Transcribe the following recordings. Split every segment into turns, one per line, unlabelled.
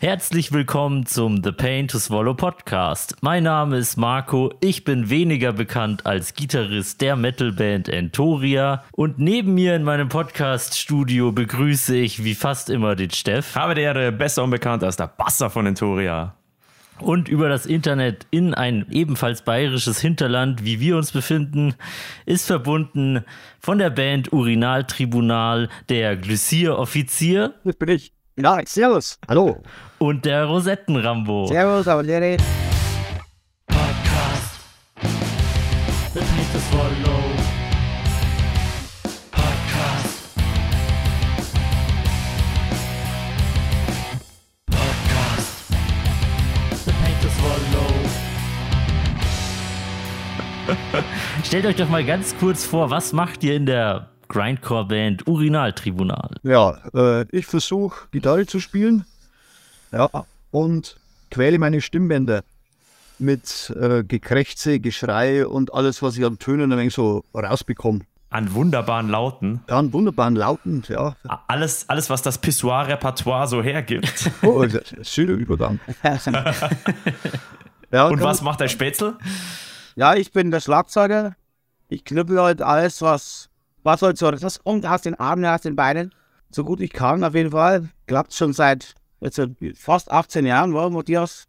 Herzlich willkommen zum The Pain to Swallow Podcast. Mein Name ist Marco, ich bin weniger bekannt als Gitarrist der Metalband Entoria und neben mir in meinem Podcast-Studio begrüße ich wie fast immer den Steff
Habe die Ehre, besser unbekannt als der Basser von Entoria.
und über das Internet in ein ebenfalls bayerisches Hinterland, wie wir uns befinden, ist verbunden von der Band Urinaltribunal der Glycieroffizier
Das bin ich. Ja, servus. Hallo.
und der Rosettenrambo.
Servus, Avalieri.
Podcast. The Pain to Swallow. Podcast. Podcast. The Pain to Swallow. Stellt euch doch mal ganz kurz vor, was macht ihr in der Grindcore-Band Urinaltribunal?
Ja, äh, ich versuche Gitarre zu spielen. Ja, und quäle meine Stimmbänder mit äh, Gekrächze, Geschrei und alles, was ich an Tönen ein wenig so rausbekomme.
An wunderbaren Lauten.
Dann wunderbaren Lauten, ja.
A- Alles, alles was das Pissoir-Repertoire so hergibt.
Oh, äh, schöner Übergang. ja,
Und
komm.
was macht der Spätzle?
Ja, ich bin der Schlagzeuger. Ich knüppel halt alles, was, was halt so das und aus den Armen, aus den Beinen. So gut ich kann, auf jeden Fall. Klappt schon seit jetzt fast 18 Jahren, war Matthias?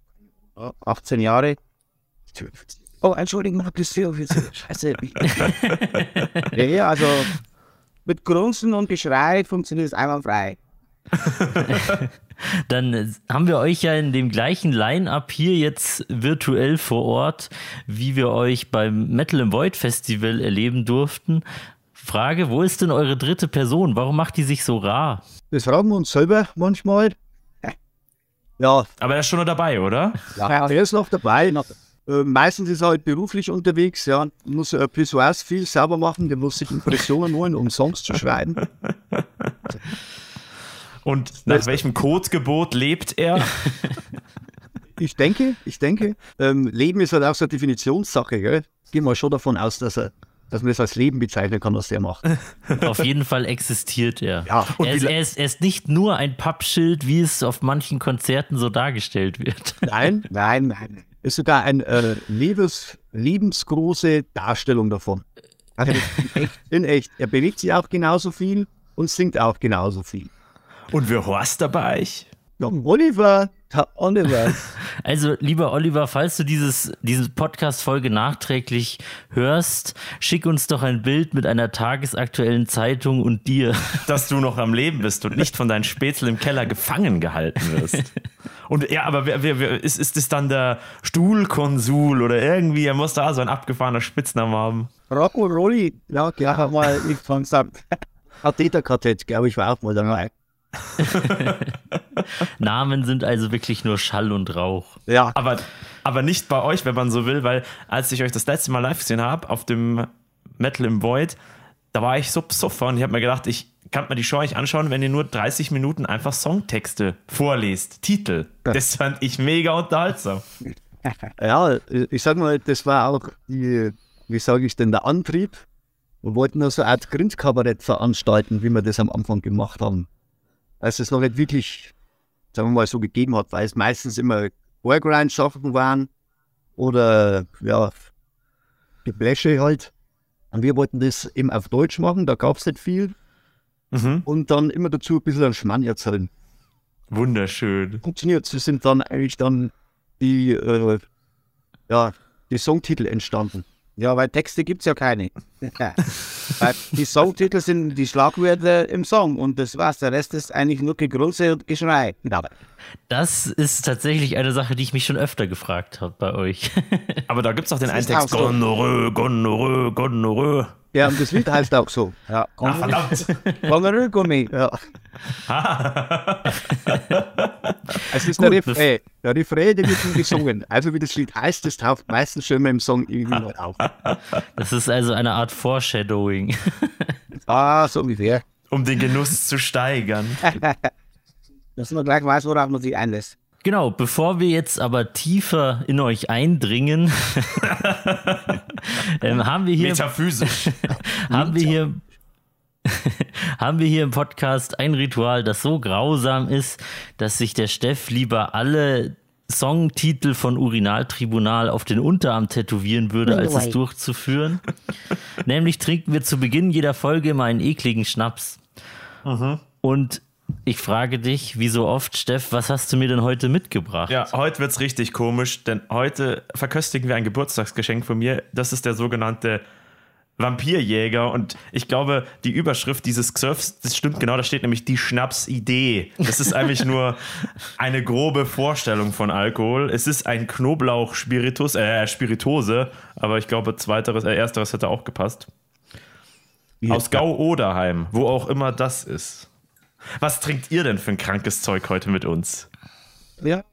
Ja, 18 Jahre. Oh, entschuldigung, Marc, das ist hier- Scheiße. ja, ja, also mit Grunzen und Geschrei funktioniert es einwandfrei.
Dann äh, haben wir euch ja in dem gleichen Line-Up hier jetzt virtuell vor Ort, wie wir euch beim Metal in Void Festival erleben durften. Frage, wo ist denn eure dritte Person? Warum macht die sich so rar?
Das fragen wir uns selber manchmal. Ja,
Aber der ist schon noch dabei, oder?
Ja, der ist noch dabei. Äh, meistens ist er halt beruflich unterwegs, ja, und muss äh, Pissoirs viel sauber machen, der muss sich Impressionen holen, um Songs zu schreiben.
Und nach welchem Codegebot lebt er?
Ich denke, ich denke, ähm, Leben ist halt auch so eine Definitionssache, gell? Gehen wir schon davon aus, dass er, dass man das als Leben bezeichnen kann, was der macht.
Auf jeden Fall existiert er.
Ja,
er, ist, er, ist, er ist nicht nur ein Pappschild, wie es auf manchen Konzerten so dargestellt wird.
Nein,
Nein, nein.
ist sogar eine äh, lebens, lebensgroße Darstellung davon. Also in echt, in echt. Er bewegt sich auch genauso viel und singt auch genauso viel.
Und wir Horst dabei.
Ja, Oliver, der Oliver.
Also, lieber Oliver, falls du dieses, diese Podcast-Folge nachträglich hörst, schick uns doch ein Bild mit einer tagesaktuellen Zeitung und dir.
Dass du noch am Leben bist und nicht von deinem Spätzle im Keller gefangen gehalten wirst. Und ja, aber wer, wer, wer, ist, ist es dann der Stuhlkonsul oder irgendwie? Er muss da so ein abgefahrener Spitznamen haben.
Rock'n'Rolli.
Ja,
Ja,
ja,
mal, ich fang's ab.
Ah, Katheterkartett, glaube ich, war auch mal dabei.
Namen sind also wirklich nur Schall und Rauch.
Ja,
Aber, aber nicht bei euch, wenn man so will, weil als ich euch das letzte Mal live gesehen habe auf dem Metal im Void, da war ich so besoffen und ich habe mir gedacht, ich kann mir die Show nicht anschauen, wenn ihr nur 30 Minuten einfach Songtexte vorlest, Titel. Das fand ich mega unterhaltsam.
ja, ich sag mal, das war auch die, wie sage ich denn, der Antrieb. Wir wollten da so eine Art Grindkabarett veranstalten, wie wir das am Anfang gemacht haben. Als es noch nicht wirklich, sagen wir mal, so gegeben hat, weil es meistens immer Workrind-Schaffen waren oder ja, Gebläsche halt. Und wir wollten das eben auf Deutsch machen, da gab es nicht viel.
Mhm.
Und dann immer dazu ein bisschen einen Schmarrn erzählen.
Wunderschön.
funktioniert. Sie sind dann eigentlich dann die, äh, ja, die Songtitel entstanden.
Ja, weil Texte gibt's ja keine. weil die Songtitel sind die Schlagwörter im Song und das war's. Der Rest ist eigentlich nur Gegrunze und Geschrei.
Das ist tatsächlich eine Sache, die ich mich schon öfter gefragt habe bei euch.
Aber da gibt es auch den einen
ist
Text.
auch so.
Gonorrhoe, Gonorrhoe, Gonorrhoe.
Ja, und das Lied heißt auch so.
Ja,
Ah, verdammt.
Kongerölgummi.
Ja. es ist der
Gut,
Refrain. Der Refrain, der wird schon gesungen. Also wie das Lied heißt, das taucht meistens schon mal im Song irgendwie mal auf.
Das ist also eine Art Foreshadowing.
Ah, so ungefähr.
Um den Genuss zu steigern.
Dass man gleich weiß, worauf man sich einlässt.
Genau, bevor wir jetzt aber tiefer in euch eindringen, ähm, haben wir hier,
Metaphysisch.
haben wir hier haben wir hier im Podcast ein Ritual, das so grausam ist, dass sich der Steff lieber alle Songtitel von Urinaltribunal auf den Unterarm tätowieren würde, als es durchzuführen. Nämlich trinken wir zu Beginn jeder Folge immer einen ekligen Schnaps.
Mhm.
Und ich frage dich, wie so oft, Steff, was hast du mir denn heute mitgebracht?
Ja, heute wird's richtig komisch, denn heute verköstigen wir ein Geburtstagsgeschenk von mir. Das ist der sogenannte Vampirjäger und ich glaube, die Überschrift dieses Xurfs, das stimmt genau, da steht nämlich die Schnapsidee. Das ist eigentlich nur eine grobe Vorstellung von Alkohol. Es ist ein Knoblauch-Spiritus, äh, Spiritose, aber ich glaube, zweiteres, äh, ersteres hätte auch gepasst. Aus Gau-Oderheim, wo auch immer das ist. Was trinkt ihr denn für ein krankes Zeug heute mit uns?
Ja.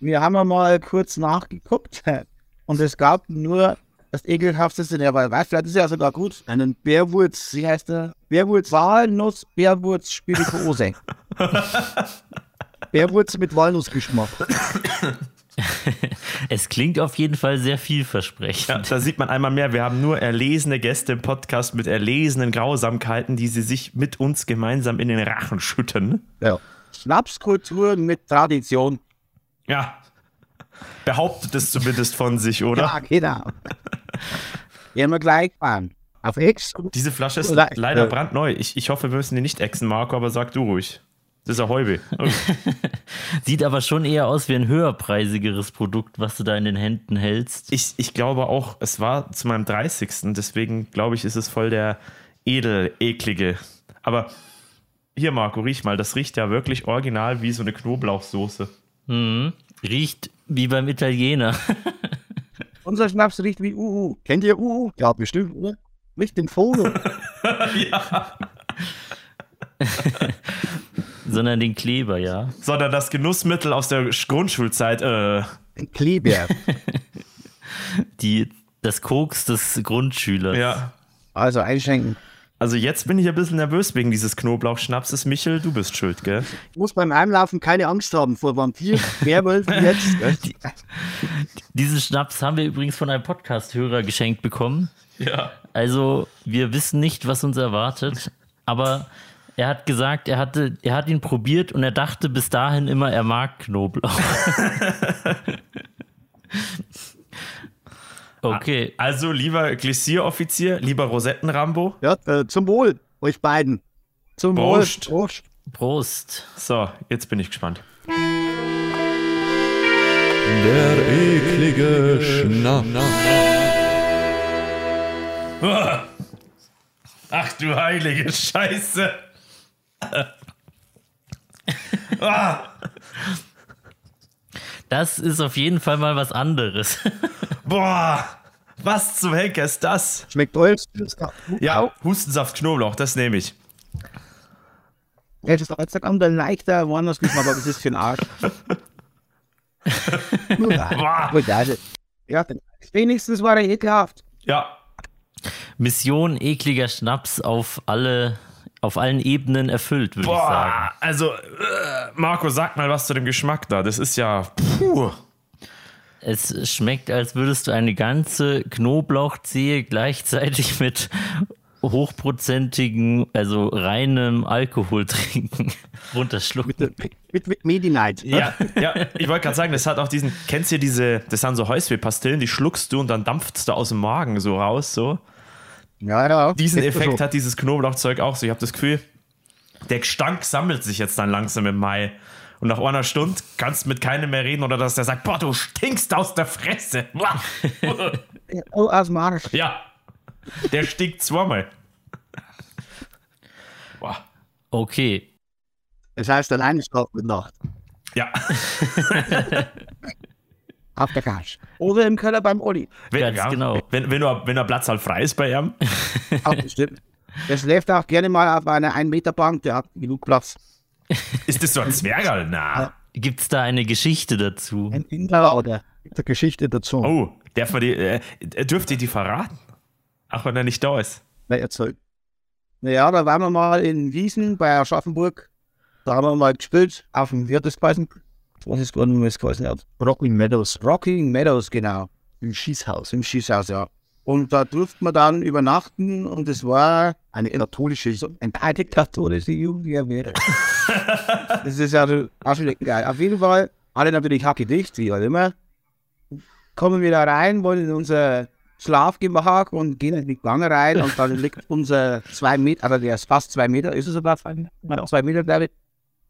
Wir haben ja mal kurz nachgeguckt und es gab nur das ekelhafteste der Wahl. Weißt du, Vielleicht ist ja sogar gut.
Einen Bärwurz.
Wie heißt der? Bärwurz. Walnuss, Bärwurz, Spirituose.
Bärwurz mit Walnussgeschmack.
Es klingt auf jeden Fall sehr
Ja,
vielversprechend.
da sieht man einmal mehr, wir haben nur erlesene Gäste im Podcast mit erlesenen Grausamkeiten, die sie sich mit uns gemeinsam in den Rachen schütten.
Ja.
Schnapskultur mit Tradition.
Ja. Behauptet es zumindest von sich, oder?
Ja, genau. Gehen wir gleich fahren. Auf X.
Diese Flasche ist
Oder-
leider
äh.
brandneu. Ich, ich hoffe, wir müssen die nicht exen, Marco, aber sag du ruhig. Das ist ja Heube.
Sieht aber schon eher aus wie ein höherpreisigeres Produkt, was du da in den Händen hältst.
Ich, ich glaube auch, es war zu meinem 30. Deswegen glaube ich, ist es voll der edel, eklige. Aber hier, Marco, riech mal. Das riecht ja wirklich original wie so eine Knoblauchsoße.
Riecht wie beim Italiener.
Unser Schnaps riecht wie Uhu.
Kennt ihr Uhu? Ja, bestimmt, oder? Nicht den Vogel.
sondern den Kleber, ja.
sondern das Genussmittel aus der Sch- Grundschulzeit. Äh,
Kleber.
Die, das Koks des Grundschülers.
ja.
Also einschenken.
Also jetzt bin ich ein bisschen nervös wegen dieses Knoblauchschnapses. Michel, du bist schuld, gell?
Muss beim Einlaufen keine Angst haben vor Vampir, Werwölfen jetzt. gell?
Diesen Schnaps haben wir übrigens von einem Podcast-Hörer geschenkt bekommen.
Ja.
Also, wir wissen nicht, was uns erwartet, aber er hat gesagt, er, hatte, er hat ihn probiert und er dachte bis dahin immer, er mag Knoblauch. okay.
Also lieber Glissier-Offizier, lieber Rosettenrambo.
Ja, äh, zum Wohl, euch beiden.
Zum
Prost.
Wohl. Prost.
Prost.
So, jetzt bin ich gespannt.
Der eklige Schnaps.
Ach du heilige Scheiße.
Das ist auf jeden Fall mal was anderes.
Boah. Was zum Henker ist das?
Schmeckt euch?
Ja, Hustensaft Knoblauch, das nehme ich.
Es ist jetzt kommt ein leichter Wandersgeschmack, aber das ist für den Arsch.
Boah.
Gut, also. Ja, wenigstens war er ekelhaft.
Ja,
Mission ekliger Schnaps auf alle, auf allen Ebenen erfüllt, würde ich sagen.
boah. Also, äh, Marco, sag mal was zu dem Geschmack da. Das ist ja. Puh.
Es schmeckt, als würdest du eine ganze Knoblauchzehe gleichzeitig mit hochprozentigen, also reinem Alkohol trinken. Runterschlucken.
Mit, mit Medi-Night.
Ja, ja, ich wollte gerade sagen, das hat auch diesen, kennst du diese, das sind so Heusweh-Pastillen, die schluckst du und dann dampft's da aus dem Magen so raus, so.
Ja, ja.
Diesen
Ist so.
Effekt hat dieses Knoblauchzeug auch so. Ich habe das Gefühl, der Gestank sammelt sich jetzt dann langsam im Mai. Und nach einer Stunde kannst du mit keinem mehr reden oder dass der sagt, boah, du stinkst aus der Fresse. Uah.
Oh, aus dem Arsch.
ja, der stinkt zweimal. Boah.
Okay.
Das heißt, alleine schlafen mit Nacht.
Ja,
Auf der Couch. Oder im Keller beim Olli.
wenn,
Ganz genau.
Wenn, wenn, er, wenn er Platz halt frei ist bei ihm,
Auch bestimmt. Der schläft auch gerne mal auf einer 1-Meter-Bank, der hat genug Platz.
ist das so ein Zwergerl? Na.
Gibt es da eine Geschichte dazu?
Ein Inder oder?
Mit der Geschichte dazu. Oh.
Oh, darf man die, äh, dürft ihr die verraten? Auch wenn er nicht da ist.
erzählt.
Naja, da waren wir mal in Wiesen bei Aschaffenburg. Da haben wir mal gespielt auf dem Wirtespreisen. Was ist gut, wie es geheißen hat?
Rocky Meadows
Rocking Meadows, genau.
im Schießhaus.
Im Schießhaus, ja. Und da durfte man dann übernachten und es war
Eine katholische.
so ein katholische Jugendherberge. das ist ja auch schon geil. Auf jeden Fall, alle natürlich hacke dicht, wie auch immer. Kommen wir da rein, wollen in unser Schlafgemach und gehen in die Wange rein und dann liegt unser zwei Meter, also der ist fast zwei Meter, ist es sogar zwei Meter, zwei Meter glaube ich,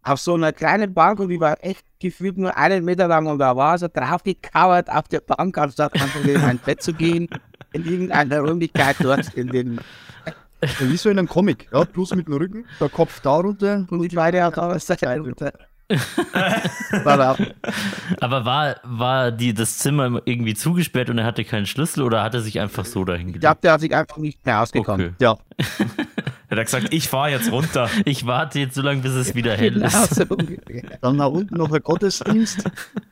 auf so einer kleinen Bank und die war echt gefühlt nur einen Meter lang und da war so draufgekauert auf der Bank, anstatt einfach in ein Bett zu gehen, in irgendeiner Räumlichkeit dort in den
Wie so in einem Comic. Ja, bloß mit dem Rücken, der Kopf da runter.
Und ich meine, da ist der Runter. War da-
Aber war, war die, das Zimmer irgendwie zugesperrt und er hatte keinen Schlüssel oder hat er sich einfach so dahin
ich
gelegt?
glaube, der hat sich einfach nicht mehr ausgekommen.
Okay.
Ja,
Hat er gesagt, ich fahre jetzt runter.
Ich warte jetzt so lange, bis es wieder hell
Genau
ist.
so ungefähr.
dann nach unten noch ein Gottesdienst.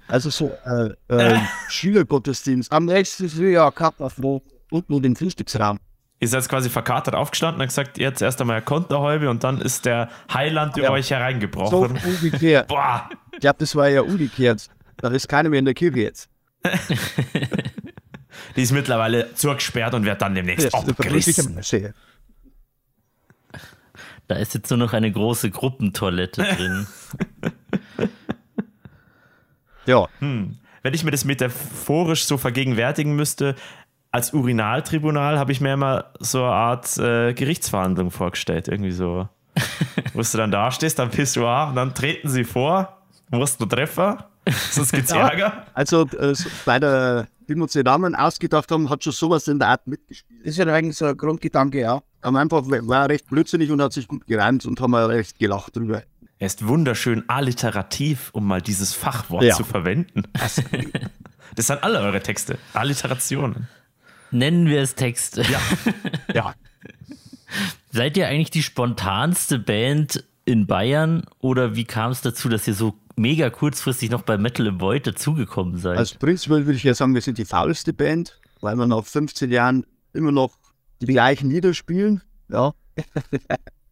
Also so äh, äh, Schülergottesdienst.
Am nächsten ist ja Katastrophe.
Und nur den Frühstücksraum.
Ist jetzt quasi verkatert aufgestanden und hat gesagt, jetzt erst einmal eine Konterhäube und dann ist der Heiland über euch
So
hereingebrochen.
ungefähr.
Boah,
Ich glaube, das war ja umgekehrt. Da ist keiner mehr in der Kirche jetzt.
die ist mittlerweile zugesperrt und wird dann demnächst abgerissen.
Sehr.
Da ist jetzt nur noch eine große Gruppentoilette drin.
Ja,
Wenn ich mir das metaphorisch so vergegenwärtigen müsste, als Urinaltribunal habe ich mir immer so eine Art äh, Gerichtsverhandlung vorgestellt, irgendwie so. Wo du dann da stehst, dann bist du ab und dann treten sie vor, du musst einen Treffer, sonst gibt's Ärger.
also äh, so bei der, wie wir uns den Namen ausgedacht haben, hat schon sowas in der Art mitgespielt.
Das ist ja eigentlich so ein Grundgedanke, ja.
Haben einfach, war recht blödsinnig und hat sich gut gereimt und haben recht gelacht drüber.
Er ist wunderschön alliterativ, um mal dieses Fachwort
Ja.
zu verwenden. Das sind alle eure Texte. Alliterationen.
Nennen wir es Text.
Ja,
Seid ihr eigentlich die spontanste Band in Bayern oder wie kam es dazu, dass ihr so mega kurzfristig noch bei Metal im Void dazugekommen seid?
also prinzipiell würde ich ja sagen, wir sind die faulste Band, weil wir nach 15 Jahren immer noch die gleichen Lieder spielen. Ja.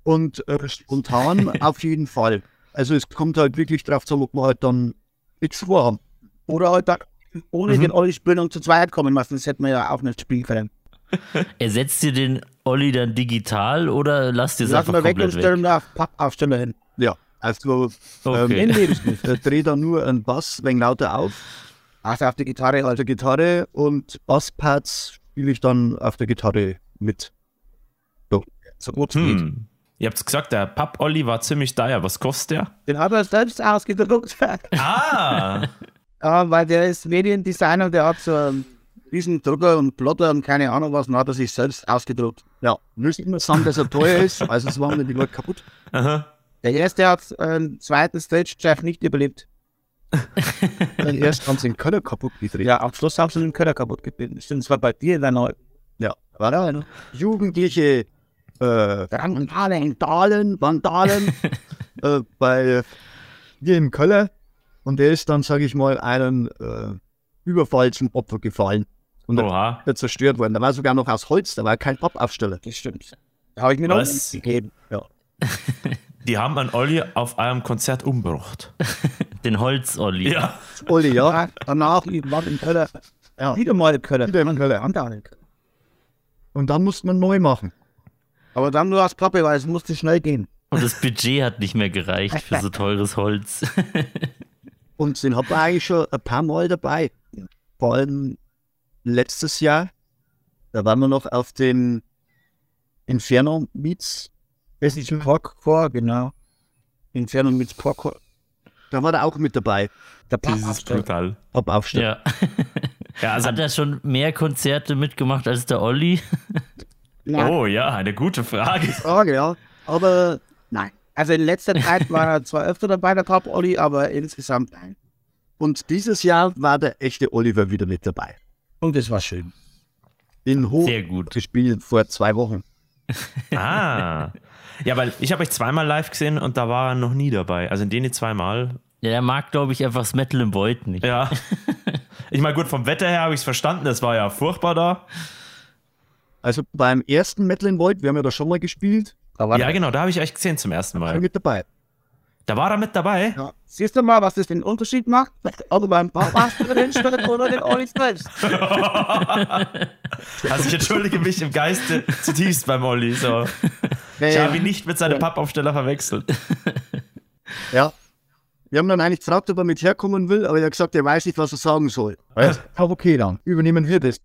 Und äh, spontan auf jeden Fall. Also es kommt halt wirklich drauf zu, ob wir halt dann nichts vorhaben.
Oder halt dann ohne
Mhm.
den Olli spielen und zu zweit kommen lassen. Das hätten wir ja auch nicht spielen können.
Ersetzt ihr den Olli dann digital oder lasst ihr es
Lassen
einfach
wir weg und
komplett weg?
stellen da auf Pappaufsteller hin.
Ja, also
Okay.
ähm, äh, dreht da nur einen Bass wegen lauter auf,
Also auf die Gitarre
auf
halt.
der Gitarre und Basspads spiele ich dann auf der Gitarre mit. So, so gut.
Hm. Ihr habt gesagt, der Papp-Olli war ziemlich teuer. Was kostet der?
Den hat er selbst ausgedruckt.
Ah!
Ja, weil der ist Mediendesigner, der hat so einen riesen Drucker und Plotter und keine Ahnung was, und hat er sich selbst ausgedruckt.
Ja, müssen immer sagen, dass er teuer ist, also es machen die Leute kaputt.
Aha.
Der erste hat einen zweiten Stage-Chef nicht überlebt.
Dann erst haben sie den Kölner kaputt gedreht.
Ja, am Schluss haben sie den Köder kaputt gebissen. Stimmt, es war bei dir dann auch.
ja. War da einer? Jugendliche äh,
Randalen.
Vandalen, Vandalen äh, bei mir im Köller und der ist dann, sage ich mal, einen äh, Überfall zum Opfer gefallen. Und der
Oha.
der zerstört worden. Da war sogar noch aus Holz, da war kein Pappaufsteller.
Das stimmt. Da habe ich mir noch
Was?
nichts gegeben.
Ja.
Die haben einen Olli auf einem Konzert umgebracht.
Den Holz-Olli.
Ja.
Olli, ja.
Danach war im Köder.
Ja.
Wieder mal im Köder.
Wieder im Keller.
Randalen.
Und dann musste man neu machen.
Aber dann nur aus Pappe, weil es musste schnell gehen.
Und das Budget hat nicht mehr gereicht für so teures Holz.
Und den hat man eigentlich schon ein paar Mal dabei. Vor allem letztes Jahr, da waren wir noch auf den Inferno Meets. Weiß nicht,
Porkcore, genau. Inferno mit Porkcore.
da war der auch mit dabei.
Der
Das ist
Pappaufsteller.
brutal.
Pappaufsteller.
ja.
Ja, also,
Hat er schon mehr Konzerte mitgemacht als der Olli?
oh ja, eine gute Frage.
Frage, ja. Aber
Nein. Also in letzter Zeit war er zwar öfter dabei, der Pop Olli, aber insgesamt nein.
und dieses Jahr war der echte Oliver wieder mit dabei.
Und das war schön.
In Hoch
Sehr gut.
gespielt vor zwei Wochen.
Ah. Ja, weil ich habe euch zweimal live gesehen und da war er noch nie dabei. Also in denen zweimal.
Ja, er mag, glaube ich, einfach das Metal im Void nicht.
Ja. Ich meine, gut, vom Wetter her habe ich es verstanden. Es war ja furchtbar da.
Also beim ersten Metal in Void, wir haben ja da schon mal gespielt,
Da war
Ja,
er
genau, da habe ich euch gesehen zum ersten
war er
Mal.
mit dabei.
Da war er mit dabei.
Ja. Siehst du mal, was das für einen Unterschied macht? Ob du beim Papaster drin steht oder den Olli selbst.
Also ich entschuldige mich im Geiste zutiefst beim Olli. So. Ich
Nee,
habe ihn nicht mit seinem Pappaufsteller verwechselt.
Ja. Wir haben dann eigentlich gefragt, ob er mit herkommen will, aber er hat gesagt, er weiß nicht, was er sagen soll. Also, okay, dann übernehmen wir das.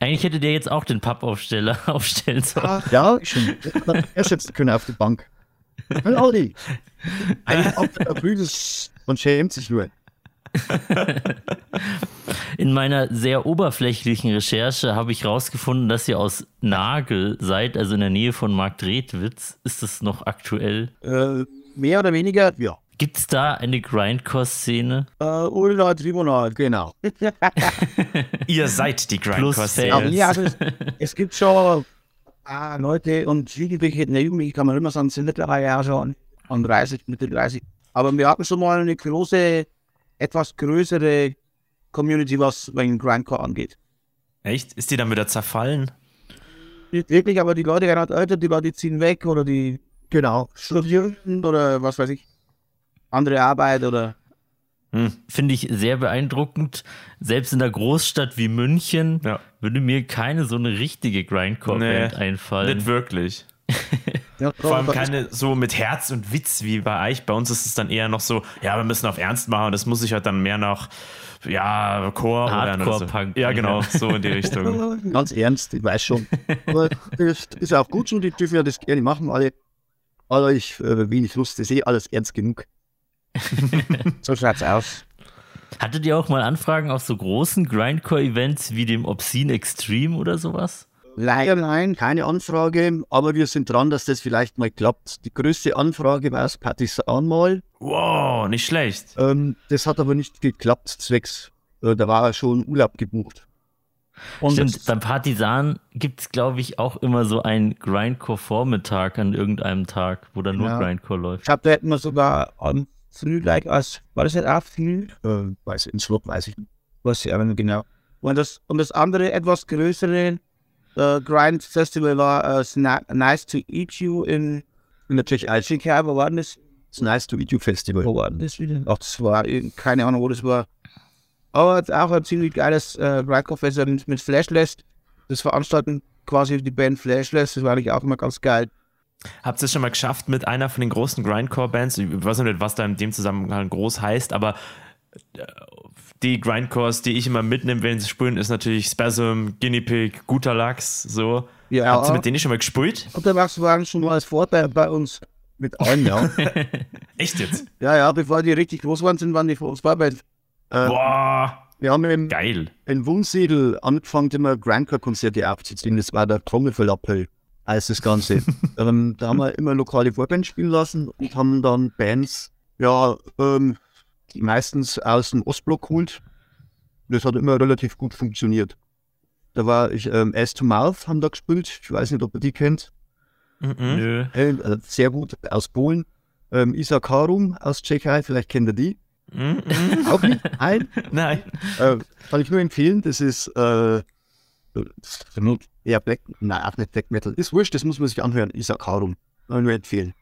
Eigentlich hätte der jetzt auch den Pappaufsteller aufstellen sollen.
Ja, schon. Er setzt können auf die Bank. Hey, Aldi. Ein auf der Bühne und schämt sich nur.
In meiner sehr oberflächlichen Recherche habe ich rausgefunden, dass ihr aus Nagel seid, also in der Nähe von Marktredwitz. Ist das noch aktuell?
äh, mehr oder weniger,
Ja,
Gibt es da eine Grindcore-Szene?
äh, Ulrich Tribunal.
genau.
Ihr seid die
Plus
Ja,
Fans.
Grindcore-Szene.
Yes.
ja, also es, es gibt schon ah, Leute und Jugendliche, in der Jugendliche kann man immer sagen, sind mittlerweile ja schon an 30, Mitte 30. Aber wir hatten schon mal eine große, etwas größere Community, was wegen Grindcore angeht.
Echt? Ist die dann wieder zerfallen?
Nicht wirklich, aber die Leute werden halt älter, die Leute ziehen weg oder die
Genau.
studieren oder was weiß ich, andere Arbeit oder
Finde ich sehr beeindruckend. Selbst in einer Großstadt wie München
Ja.
würde mir keine so eine richtige Grindcore-Band
Nee,
einfallen.
Nicht wirklich.
ja,
Vor allem keine so mit Herz und Witz wie bei euch. Bei uns ist es dann eher noch so, ja, wir müssen auf Ernst machen und das muss ich halt dann mehr nach, ja, Chor hören oder so.
Hardcore-Punk.
Ja, genau, so in die Richtung.
Ganz ernst, ich weiß schon. Aber das ist auch gut so, die dürfen ja das gerne machen, alle. Aber ich äh, wenig Lust, das ist eh alles ernst genug.
so schaut's aus.
Hattet ihr auch mal Anfragen auf so großen Grindcore-Events wie dem Obscene Extreme oder sowas?
Leider
Leider nein, keine Anfrage, aber wir sind dran, dass das vielleicht mal klappt. Die größte Anfrage war das Partisan mal.
Wow, nicht schlecht.
Ähm, das hat aber nicht geklappt, zwecks. Äh, da war er schon Urlaub gebucht. Und
Stimmt, beim Partisan gibt es, glaube ich, auch immer so einen Grindcore-Vormittag an irgendeinem Tag, wo dann nur
Ja.
Grindcore läuft.
Ich glaube, da hätten wir sogar am früh gleich als, war das nicht auch früh?
äh, weiß ich, in Slot weiß ich nicht.
Was ja, genau. Und das, und das andere etwas größere äh, Grind Festival war äh, Sna- Nice to Eat You in
In der Tschechei. It's
Chicago. Wo war denn das?
nice to meet you Festival.
Wo war denn das wieder? Ach, das war, in- keine Ahnung, wo das war. Aber es ist auch ein ziemlich geiles äh, Grindcore Festival mit, mit Flashless. Das veranstalten quasi die Band Flashless. Das war eigentlich auch immer ganz geil.
Habt ihr es schon mal geschafft mit einer von den großen Grindcore-Bands? Ich weiß noch nicht, was da in dem Zusammenhang groß heißt, aber äh, die Grindcores, die ich immer mitnehme, wenn sie spielen, ist natürlich Spasm, Guinea Pig, Guter Lachs, so.
Ja,
Habt ihr mit denen schon mal gespielt?
und dann waren schon mal als Vorteil bei uns.
Mit allen, ja.
Echt jetzt?
Ja, ja, bevor die richtig groß waren, sind, waren die vor uns vorbei. Äh.
Boah,
wir haben im,
geil.
in Wunsiedel angefangen, immer Grandcore-Konzerte aufzuziehen. Das war der Trommelfellappell als das Ganze. ähm, da haben wir immer lokale Vorband spielen lassen und haben dann Bands, ja, ähm, die meistens aus dem Ostblock geholt. Das hat immer relativ gut funktioniert. Da war ich, ähm, Ass to Mouth haben da gespielt. Ich weiß nicht, ob ihr die kennt.
Mhm.
Nö.
Äh, äh, sehr gut aus Polen. Ähm, Isaac Harum aus Tschechei, vielleicht kennt ihr die.
Mhm.
Auch nicht? Nein.
Nein.
Äh, kann ich nur empfehlen, das ist äh, ja Black, nein, auch nicht Black Metal. Ist wurscht, das muss man sich anhören. Isaac Harum. Kann ich nur empfehlen.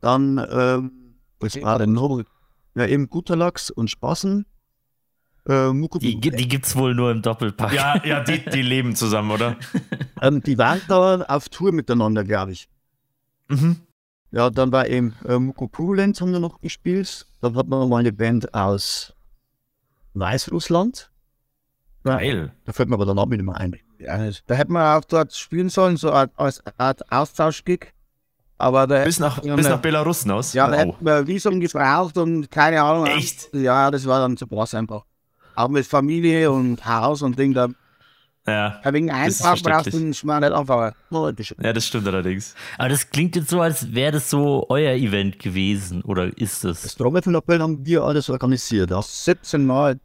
Dann, ähm, was war denn noch? Ja, eben Guter Lachs und Spassen. Äh, Muko,
Die, gi- die gibt's wohl nur im Doppelpack.
Ja, ja die, die leben zusammen, oder?
ähm, die waren da auf Tour miteinander, glaube ich.
Mhm.
Ja, dann war eben äh, Muko Prulenz haben wir noch gespielt. Dann hat man mal eine Band aus Weißrussland.
Geil.
Da fällt mir aber der Name nicht mehr ein.
Ja, da hätte man auch dort spielen sollen, so als, als Art Austauschgig. Aber da,
Bis nach,
Ja,
bis
ne.
nach Belarus hinaus.
ja, da
Wow.
hätten wir Visum gebraucht und keine Ahnung.
Echt?
Ja, das war dann zu Boss einfach. Auch mit Familie und Haus und Ding. Da,
ja.
wegen
ist
Einfach brauchst du
verständlich.
den Schmarrn nicht anfangen.
ja, das stimmt allerdings.
Aber das klingt jetzt so, als wäre das so euer Event gewesen oder ist
Das
es?
Trommelfellappell haben wir alles organisiert. Ja.
17 Mal.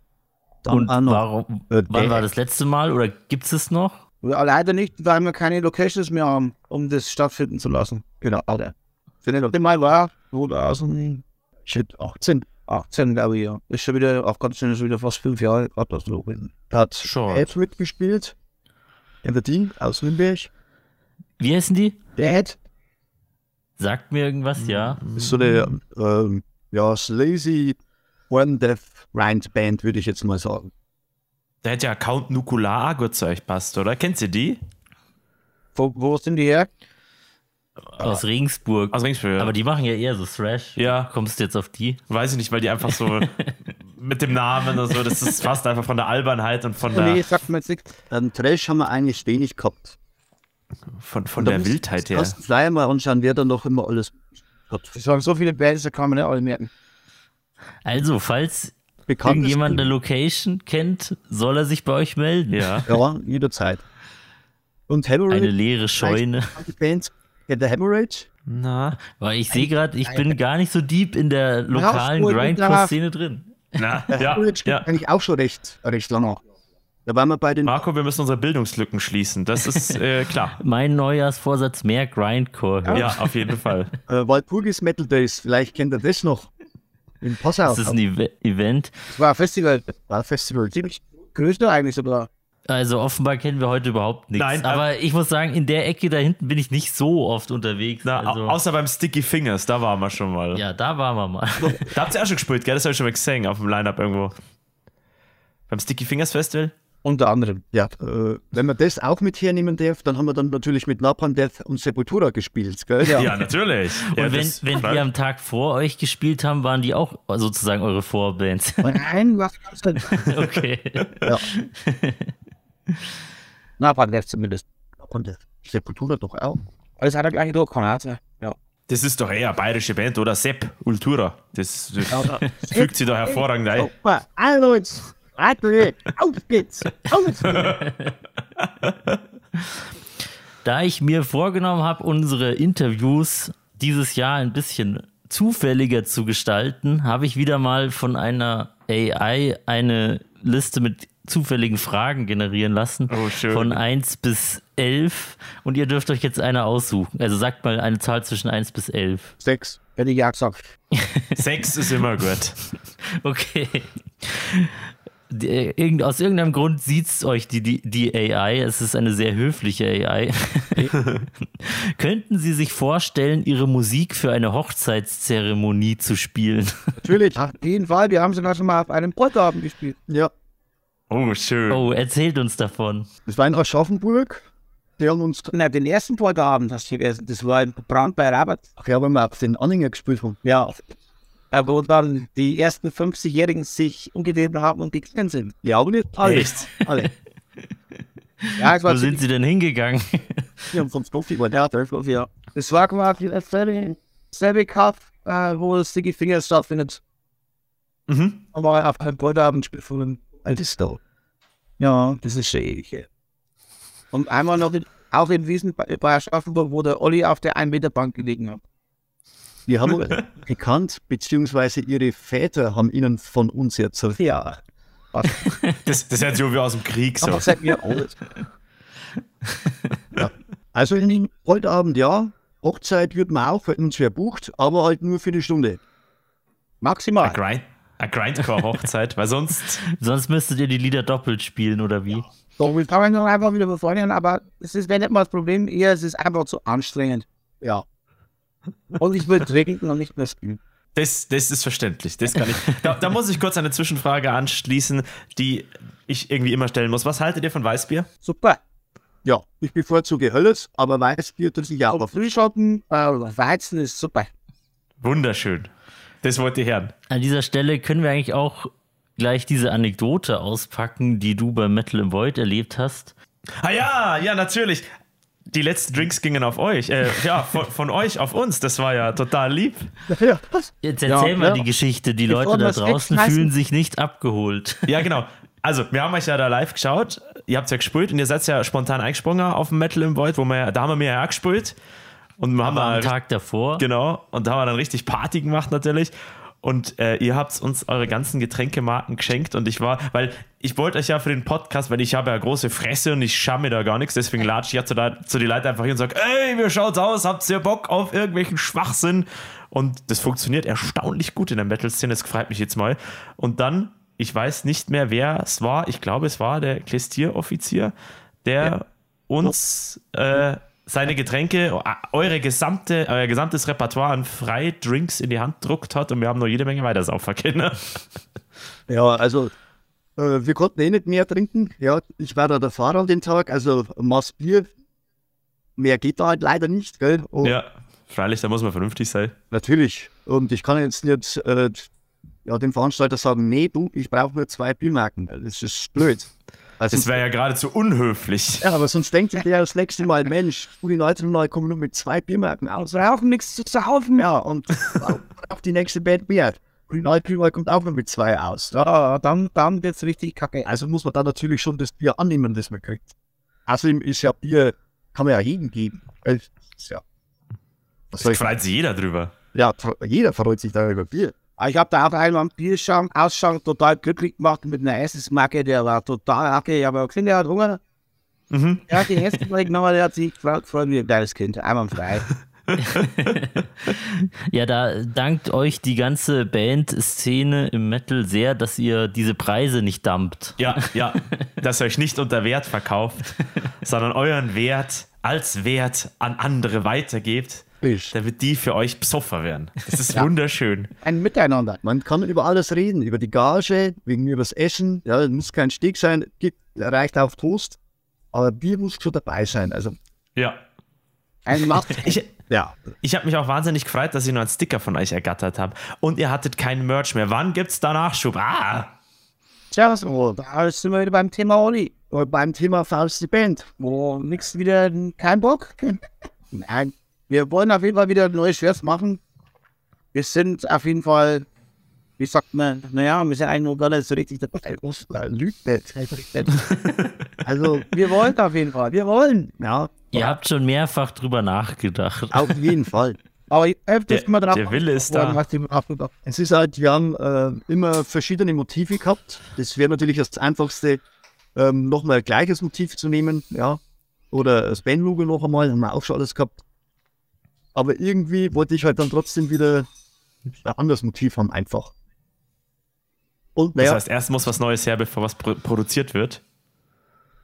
Dann
Und
auch noch,
warum,
äh,
wann
der-
war das letzte Mal oder gibt's es noch?
Ja, leider nicht, weil wir keine Locations mehr haben, um das stattfinden zu lassen.
Genau,
Alter. Für den letzten Mal war 2018,
shit, 18.
glaube ich, ja. Ist schon wieder, auch ganz schön, ist schon wieder fast fünf Jahre, gerade das so.
Da hat
Schon.
Ed mitgespielt. Everdeen aus Nürnberg.
Wie heißen die?
Der Ed Hm.
Sagt mir irgendwas, ja.
ist so eine ähm, ja, Sleazy Horn Death Rind Band, würde ich jetzt mal sagen.
Da hätte ja Count Nukular auch gut zu euch passt, oder? Kennt ihr die?
Wo, wo sind die her?
Aus Regensburg.
Aus Ringsburg.
Aber die machen ja eher so Thrash.
Also, Ja.
Kommst du jetzt auf die?
Weiß ich nicht, weil die einfach so mit dem Namen oder so, das ist fast einfach von der Albernheit und von
Nee,
der,
sagt mir jetzt nichts.
Ähm, Trash haben wir eigentlich wenig gehabt.
von, von der Wildheit her.
Lass uns gleich mal anschauen, wer da noch immer alles
Es waren so viele Bands, da kann man nicht alle merken.
Also, falls
bekannt ist.
irgendjemand eine Location kennt, soll er sich bei euch melden.
Ja.
Ja, jederzeit. Und
Eine
Hemorrhage,
leere Scheune.
die Band, kennt ihr Hemorrhage?
Na.
Weil ich sehe gerade, ich bin gar nicht so deep in der lokalen
Rausruhe,
Grindcore-Szene drin.
Na, ja,
Hemorrhage
ja.
gibt eigentlich auch schon recht, recht lange. Da waren wir bei
Ah.
den
Marco, wir müssen unsere Bildungslücken schließen. Das ist äh, klar.
Mein Neujahrsvorsatz, mehr Grindcore hören.
Ja, auf jeden Fall.
äh, Walpurgis Metal Days, vielleicht kennt ihr das noch. In Passau.
Das ist ein Eve- Event.
Es war ein Festival,
war Festival.
ziemlich größer eigentlich sogar.
Also offenbar kennen wir heute überhaupt nichts.
Nein, äh,
aber ich muss sagen, in der Ecke da hinten bin ich nicht so oft unterwegs.
Na, au-
also,
außer beim Sticky Fingers, da waren wir schon mal.
ja, da waren wir mal.
Da habt ihr auch schon gespielt, gell? Das habe ich schon mal gesehen auf dem Line-Up irgendwo. Beim Sticky Fingers Festival?
Unter anderem.
Ja, äh, wenn man das auch mit hernehmen darf, dann haben wir dann natürlich mit Napalm Death und Sepultura gespielt, gell?
Ja, natürlich. ja,
Und wenn,
das-
wenn die am Tag vor euch gespielt haben, waren die auch sozusagen eure Vorbands.
Nein, was kannst du denn?
okay.
Na, Part Left zumindest.
Napalm Death. Sepultura doch auch.
Alles hat er gleich durch, kann er Ja.
das ist doch eher eine bayerische Band, oder? Sepp Ultura. Das, das fügt sie doch hervorragend ein.
Super. Oh, Hallo, jetzt. Warte, auf geht's. Auf geht's.
Da ich mir vorgenommen habe, unsere Interviews dieses Jahr ein bisschen zufälliger zu gestalten, habe ich wieder mal von einer AI eine Liste mit zufälligen Fragen generieren lassen.
Oh, schön.
Von 1 bis 11. Und ihr dürft euch jetzt eine aussuchen. Also sagt mal eine Zahl zwischen 1 bis 11.
Sechs.
Hätte ich ja gesagt.
Sex ist immer gut.
Okay. Die- Irgend, aus irgendeinem Grund sieht's euch die, die, die AI. Es ist eine sehr höfliche AI. Könnten Sie sich vorstellen, Ihre Musik für eine Hochzeitszeremonie zu spielen?
Natürlich.
Auf jeden Fall, wir haben sogar schon mal auf einem Brotterabend gespielt.
Ja.
Oh, schön.
Oh, erzählt uns davon.
Das war in Aschaffenburg. Die haben uns,
Na, den ersten Brotterabend hast du gegessen. Das war ein Brand bei Rabat.
ach ja, wenn wir auf den Anhänger gespielt haben.
Ja. Äh, Wo dann die ersten 50-Jährigen sich umgedreht haben und gegangen sind.
Ja, aber nicht alle.
Echt?
Alle.
Ja, es
Wo
war
sind Sie denn hingegangen?
Die haben vom Profi geworden. Ja, der Profi, ja.
Das war quasi dasselbe, dasselbe Cup, äh, wo Sticky Fingers stattfindet.
Mhm.
Haben wir auf einem Brotterabend gespielt.
Altes da.
Ja, das ist schon ewig. her. Und einmal noch in, auch in Wiesen bei, bei Aschaffenburg, wo der Olli auf der 1-Meter-Bank gelegen hat.
Die haben uns gekannt, beziehungsweise ihre Väter haben ihnen von uns erzählt.
Ja.
Das, das hört sich irgendwie aus dem Krieg so.
Aber seit mir alles.
Also in den Holtabend, ja. Hochzeit wird man auch, wenn uns wer bucht, aber halt nur für eine Stunde.
Eine
Maximal.
Grind, eine Grindcore-Hochzeit, weil sonst.
Sonst müsstet ihr die Lieder doppelt spielen, oder wie?
So, wir fangen dann einfach wieder von vorne an, aber es ist wäre nicht mal das Problem, eher es ist einfach zu anstrengend.
Ja.
Und ich will trinken und nicht mehr spielen.
Das, das ist verständlich. Das kann ich. Da, da muss ich kurz eine Zwischenfrage anschließen, die ich irgendwie immer stellen muss. Was haltet ihr von Weißbier?
Super.
Ja, ich bevorzuge Hölles, aber Weißbier tut sich ja
Aber
auch.
Frühschoppen, äh, Weizen ist super.
Wunderschön. Das wollt ihr hören.
An dieser Stelle können wir eigentlich auch gleich diese Anekdote auspacken, die du bei Metal im Void erlebt hast.
Ah ja, ja, natürlich. Die letzten Drinks gingen auf euch. Äh, ja, von, von euch auf uns. Das war ja total lieb.
Ja, was?
Jetzt erzähl
Ja,
mal
ja.
die Geschichte. Die
Bevor
Leute da
wir's
draußen
wegschmeißen.
fühlen sich nicht abgeholt.
Ja, genau. Also, wir haben euch ja da live geschaut. Ihr habt ja gespielt und ihr seid ja spontan eingesprungen auf dem Metal im Void, wo wir, ja- da haben wir mir ja auch gespielt. Und wir haben
Aber am
ja
Tag davor.
Genau, und da haben wir dann richtig Party gemacht natürlich. Und äh, ihr habt uns eure ganzen Getränkemarken geschenkt und ich war, weil ich wollte euch ja für den Podcast, weil ich habe ja große Fresse und ich schamme da gar nichts, deswegen latsche ich ja zu, da, zu den Leuten einfach hin und sage, ey, wie schaut's aus? Habt ihr Bock auf irgendwelchen Schwachsinn? Und das funktioniert erstaunlich gut in der Metal-Szene, das freut mich jetzt mal. Und dann, ich weiß nicht mehr, wer es war, ich glaube, es war der Klestier-Offizier, der uns äh, seine Getränke, eure gesamte, euer gesamtes Repertoire an Freidrinks in die Hand druckt hat und wir haben noch jede Menge weiter Sauferkinder.
Ja, also äh, wir konnten eh nicht mehr trinken. Ja, ich war da der Fahrer den Tag, also ein Maß Bier. Mehr geht da halt leider nicht, gell? Und
Ja, freilich, da muss man vernünftig sein.
Natürlich. Und ich kann jetzt nicht äh, ja, dem Veranstalter sagen, nee, du, ich brauche nur zwei Biermarken. Das ist blöd. Also,
Das wäre ja geradezu unhöflich.
ja, aber sonst denkt sich der das nächste Mal, Mensch, du, die Leute neu kommen nur mit zwei Biermarken aus.
Es war auch nichts zu saufen.
Ja, und auch die nächste Band Bier. Und die neue Biermarke kommt auch nur mit zwei aus. Ja,
Ja, Ah, dann, dann wird's richtig kacke.
Also muss man da natürlich schon das Bier annehmen, das man kriegt. Außerdem ist ja Bier, kann man ja jedem geben. Äh, ist Ja, was soll
Da
ich,
freut sich jeder drüber.
ja, fre- jeder freut sich da über Bier.
Aber Ah, Ich habe da auch einmal einen Bierschank, Ausschank total glücklich gemacht mit einer Essensmarke, der war total hacke. Ich habe gesehen, der hat Hunger.
Mhm.
Der hat die Essensmarke genommen, der hat sich gefreut, gefreut wie ein kleines Kind. Einmal frei.
Ja, da dankt euch die ganze Band-Szene im Metal sehr, dass ihr diese Preise nicht dumpt.
Ja, ja, dass ihr euch nicht unter Wert verkauft, sondern euren Wert als Wert an andere weitergebt,
Bisch.
damit die für euch Psoffer werden. Das ist wunderschön.
Ein Miteinander.
Man kann über alles reden, über die Gage, wegen übers Essen. Ja, es muss kein Steg sein, gibt, reicht auf Toast. Aber Bier muss schon dabei sein. Also,
Ja.
Ein Macht.
Ich,
ja,
ich habe mich auch wahnsinnig gefreut, dass ich nur einen Sticker von euch ergattert habe. Und ihr hattet keinen Merch mehr. Wann gibt's da Nachschub? Ah!
Tja, so, Oh, da sind wir wieder beim Thema Oli.
und beim Thema Faust die Band.
Wo nix wieder, kein Bock? Nein. Wir wollen auf jeden Fall wieder ein neues Schwert machen. Wir sind auf jeden Fall, wie sagt man, naja, wir sind eigentlich noch gar nicht so richtig dabei.
Lügt nicht.
Also, wir wollen auf jeden Fall, wir wollen.
Ja,
Ihr habt schon mehrfach drüber nachgedacht.
auf jeden Fall.
Aber ich- öfters
Der-
immer drauf.
der Wille ist
worden,
da.
was die mir aufgebracht
Es ist halt, wir haben äh, immer verschiedene Motive gehabt. Das wäre natürlich das einfachste, ähm, nochmal ein gleiches Motiv zu nehmen, ja. Oder das Bandlogo noch einmal, haben wir auch schon alles gehabt. Aber irgendwie wollte ich halt dann trotzdem wieder ein anderes Motiv haben, einfach. Und
Das
naja,
heißt, erst muss was Neues her, bevor was pro produziert wird.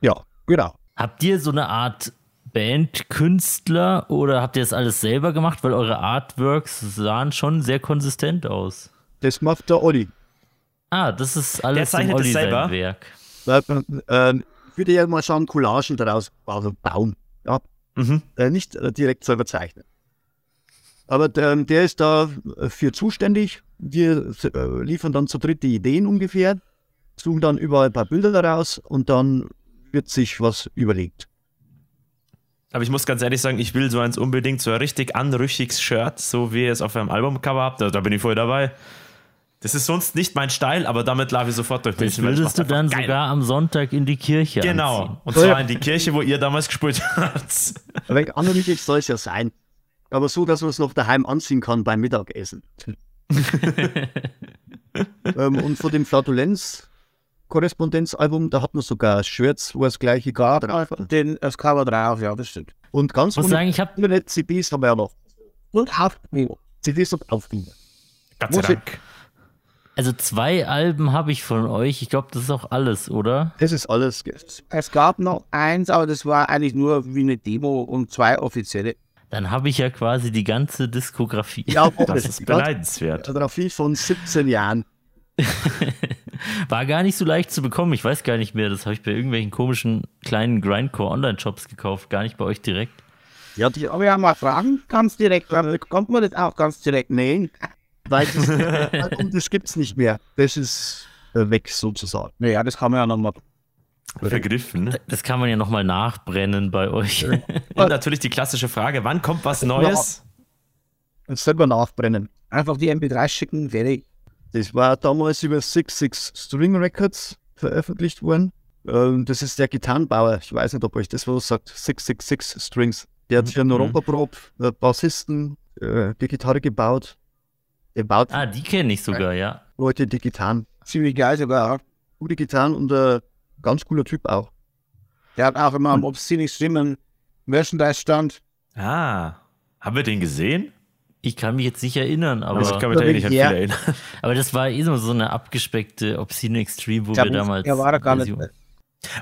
ja, genau.
Habt ihr so eine Art Bandkünstler oder habt ihr das alles selber gemacht? Weil eure Artworks sahen schon sehr konsistent aus.
Das macht der Olli.
Ah, das ist alles
Der
im
zeichnet
Olli
es selber?
sein Werk.
Äh, äh, ich würde ja mal schauen, Collagen daraus also bauen. Ja,
Mhm.
äh, nicht äh, direkt selber zeichnen. Aber der, der ist dafür zuständig. Wir äh, liefern dann zu dritt die Ideen ungefähr, suchen dann überall ein paar Bilder daraus und dann wird sich was überlegt.
Aber ich muss ganz ehrlich sagen, ich will so eins unbedingt, so ein richtig anrüchiges Shirt, so wie ihr es auf eurem Albumcover habt. Da, da bin ich voll dabei. Das ist sonst nicht mein Style, aber damit laufe ich sofort durch
Das
weil es
würdest du
macht
dann
einfach geil.
sogar am Sonntag in die Kirche anziehen.
Genau. Und
So, ja.
zwar in die Kirche, wo ihr damals gespielt habt.
Ein wenig anrüchig soll es ja sein. Aber so, dass man es noch daheim anziehen kann beim Mittagessen. ähm, und von dem Flatulenz-Korrespondenzalbum, da hat man sogar Shirts, wo das gleiche Grad drauf
hat. Ah, Den, das Cover drauf, ja, das stimmt.
Und ganz
Ich muss sagen, ich habe
ohne CDs haben wir ja noch.
Und Haftbefehl.
CDs und Aufnahme.
Gott sei
Muss ich-
Dank.
also zwei Alben habe ich von euch. Ich glaube, das ist auch alles, oder?
Das ist alles.
Es gab noch eins, aber das war eigentlich nur wie eine Demo und zwei offizielle.
Dann habe ich ja quasi die ganze Diskografie.
auch
Das ist beneidenswert.
Fotografie von 17 Jahren.
War gar nicht so leicht zu bekommen. Ich weiß gar nicht mehr. Das habe ich bei irgendwelchen komischen kleinen Grindcore-Online-Shops gekauft. Gar nicht bei euch direkt.
Ja, die,
Aber wir haben mal Fragen, ganz direkt. Dann bekommt man das auch ganz direkt.
nee, weil das, Album, das gibt's nicht mehr. Das ist äh, weg sozusagen.
Naja, das kann man ja nochmal.
Vergriffen.
Das kann man ja nochmal nachbrennen bei euch.
Und natürlich die klassische Frage, wann kommt was Neues?
Und selber nachbrennen.
Einfach die MP3 schicken, fertig.
Das war damals über 66 String Records veröffentlicht worden. Ähm, das ist der Gitarrenbauer. Ich weiß nicht, ob euch das was sagt. 666 Strings. Der hat hier einen
Mhm.
Romperprob, äh, Bassisten, äh, die Gitarre gebaut. Der baut
ah, die kenne ich sogar, ja.
Leute die Gitarren.
Ziemlich geil sogar.
gute Gitarren und ein ganz cooler Typ auch.
Der hat auch immer am Obszini Stimmen Merchandise-Stand.
Ah, haben wir den gesehen?
Ich kann mich jetzt nicht erinnern, aber,
Also ich kann mich da eh nicht an viel
Ja.
erinnern.
aber das war eh so so eine abgespeckte Obscene Extreme, wo wir damals.
Er war da gar nicht.
Version-